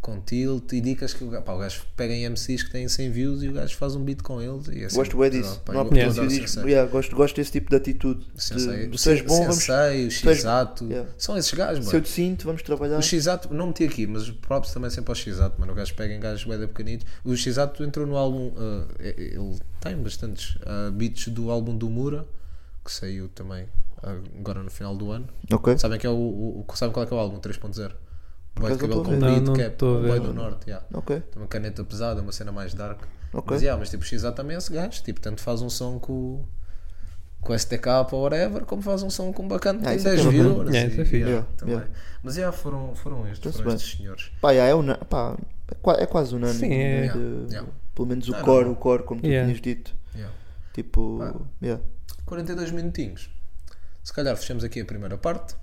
com Tilt e dicas que o gajo, pá, o gajo pega em MCs que têm 100 views e o gajo faz um beat com eles. E é sempre
Gosto bem
pesado,
disso.
pá,
Não há
eu
potência
adoro
disso.
Sensei.
Yeah, gosto, gosto desse tipo de atitude.
Sensei,
De, se és bom, vamos.
Sensei, o
tu és-
X-Ato,
Yeah.
são esses gajos,
Se eu
mano.
te sinto, vamos trabalhar.
O X-Ato, não meti aqui, mas próprio também sempre ao X-Ato, mano. O gajo pega em gajos bem pequenitos. O X-Ato entrou no álbum, ah, é- é- ele tem bastantes ah, beats do álbum do Mura, que saiu também ah, agora no final do ano.
Ok.
Sabem, que é o, o, o- sabem qual é que é o álbum 3.0? Boy de
acaso
cabelo
não tô a ver.
Não,
comprido,
não
que é
tô a ver.
boy do norte, yeah.
Ok.
Tem uma caneta pesada, uma cena mais dark.
Ok.
Mas, yeah, mas tipo, o XA também é esse gajo, tipo, tanto faz um som com, com STK ou whatever, como faz um som com um bacana que
Ah,
tem
isso é
10
bacana.
viewers.
Yeah,
e-
isso é fixe.
yeah,
Yeah,
também.
yeah.
Mas yeah, foram, foram estes,
Tá-se
foram
bem.
estes senhores.
Pá, yeah, é, una... pá, é, qua- é quase unânime.
Sim,
né?
é.
De-
Yeah.
Pelo menos o
Não, não,
core,
não.
o core, como tu
Yeah.
tinhas dito.
Yeah.
Tipo.
Pá.
yeah.
42 minutinhos. Se calhar fechamos aqui a primeira parte,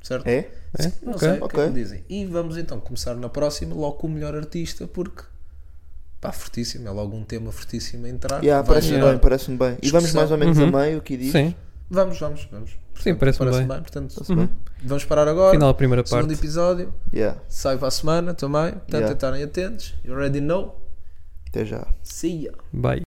certo?
É?
É?
Não
Ok.
sei o que é que
Ok.
me dizem. E vamos então começar na próxima, logo com o melhor artista, porque pá, fortíssimo, é logo um tema fortíssimo a entrar.
Yeah,
Vai
parece-me
gerar-
bem, parece-me bem. E vamos
Discussão.
mais ou menos
Uhum.
a meio, o que diz.
Sim,
Vamos, vamos, vamos. Portanto,
parece-me
parece-me
bem.
Portanto, uhum.
Está-se bem?
vamos parar agora.
final da primeira
Segundo
parte.
episódio,
Yeah.
sai para a semana também. Portanto,
Yeah.
estarem atentos. You already know.
Até já.
See ya.
Bye.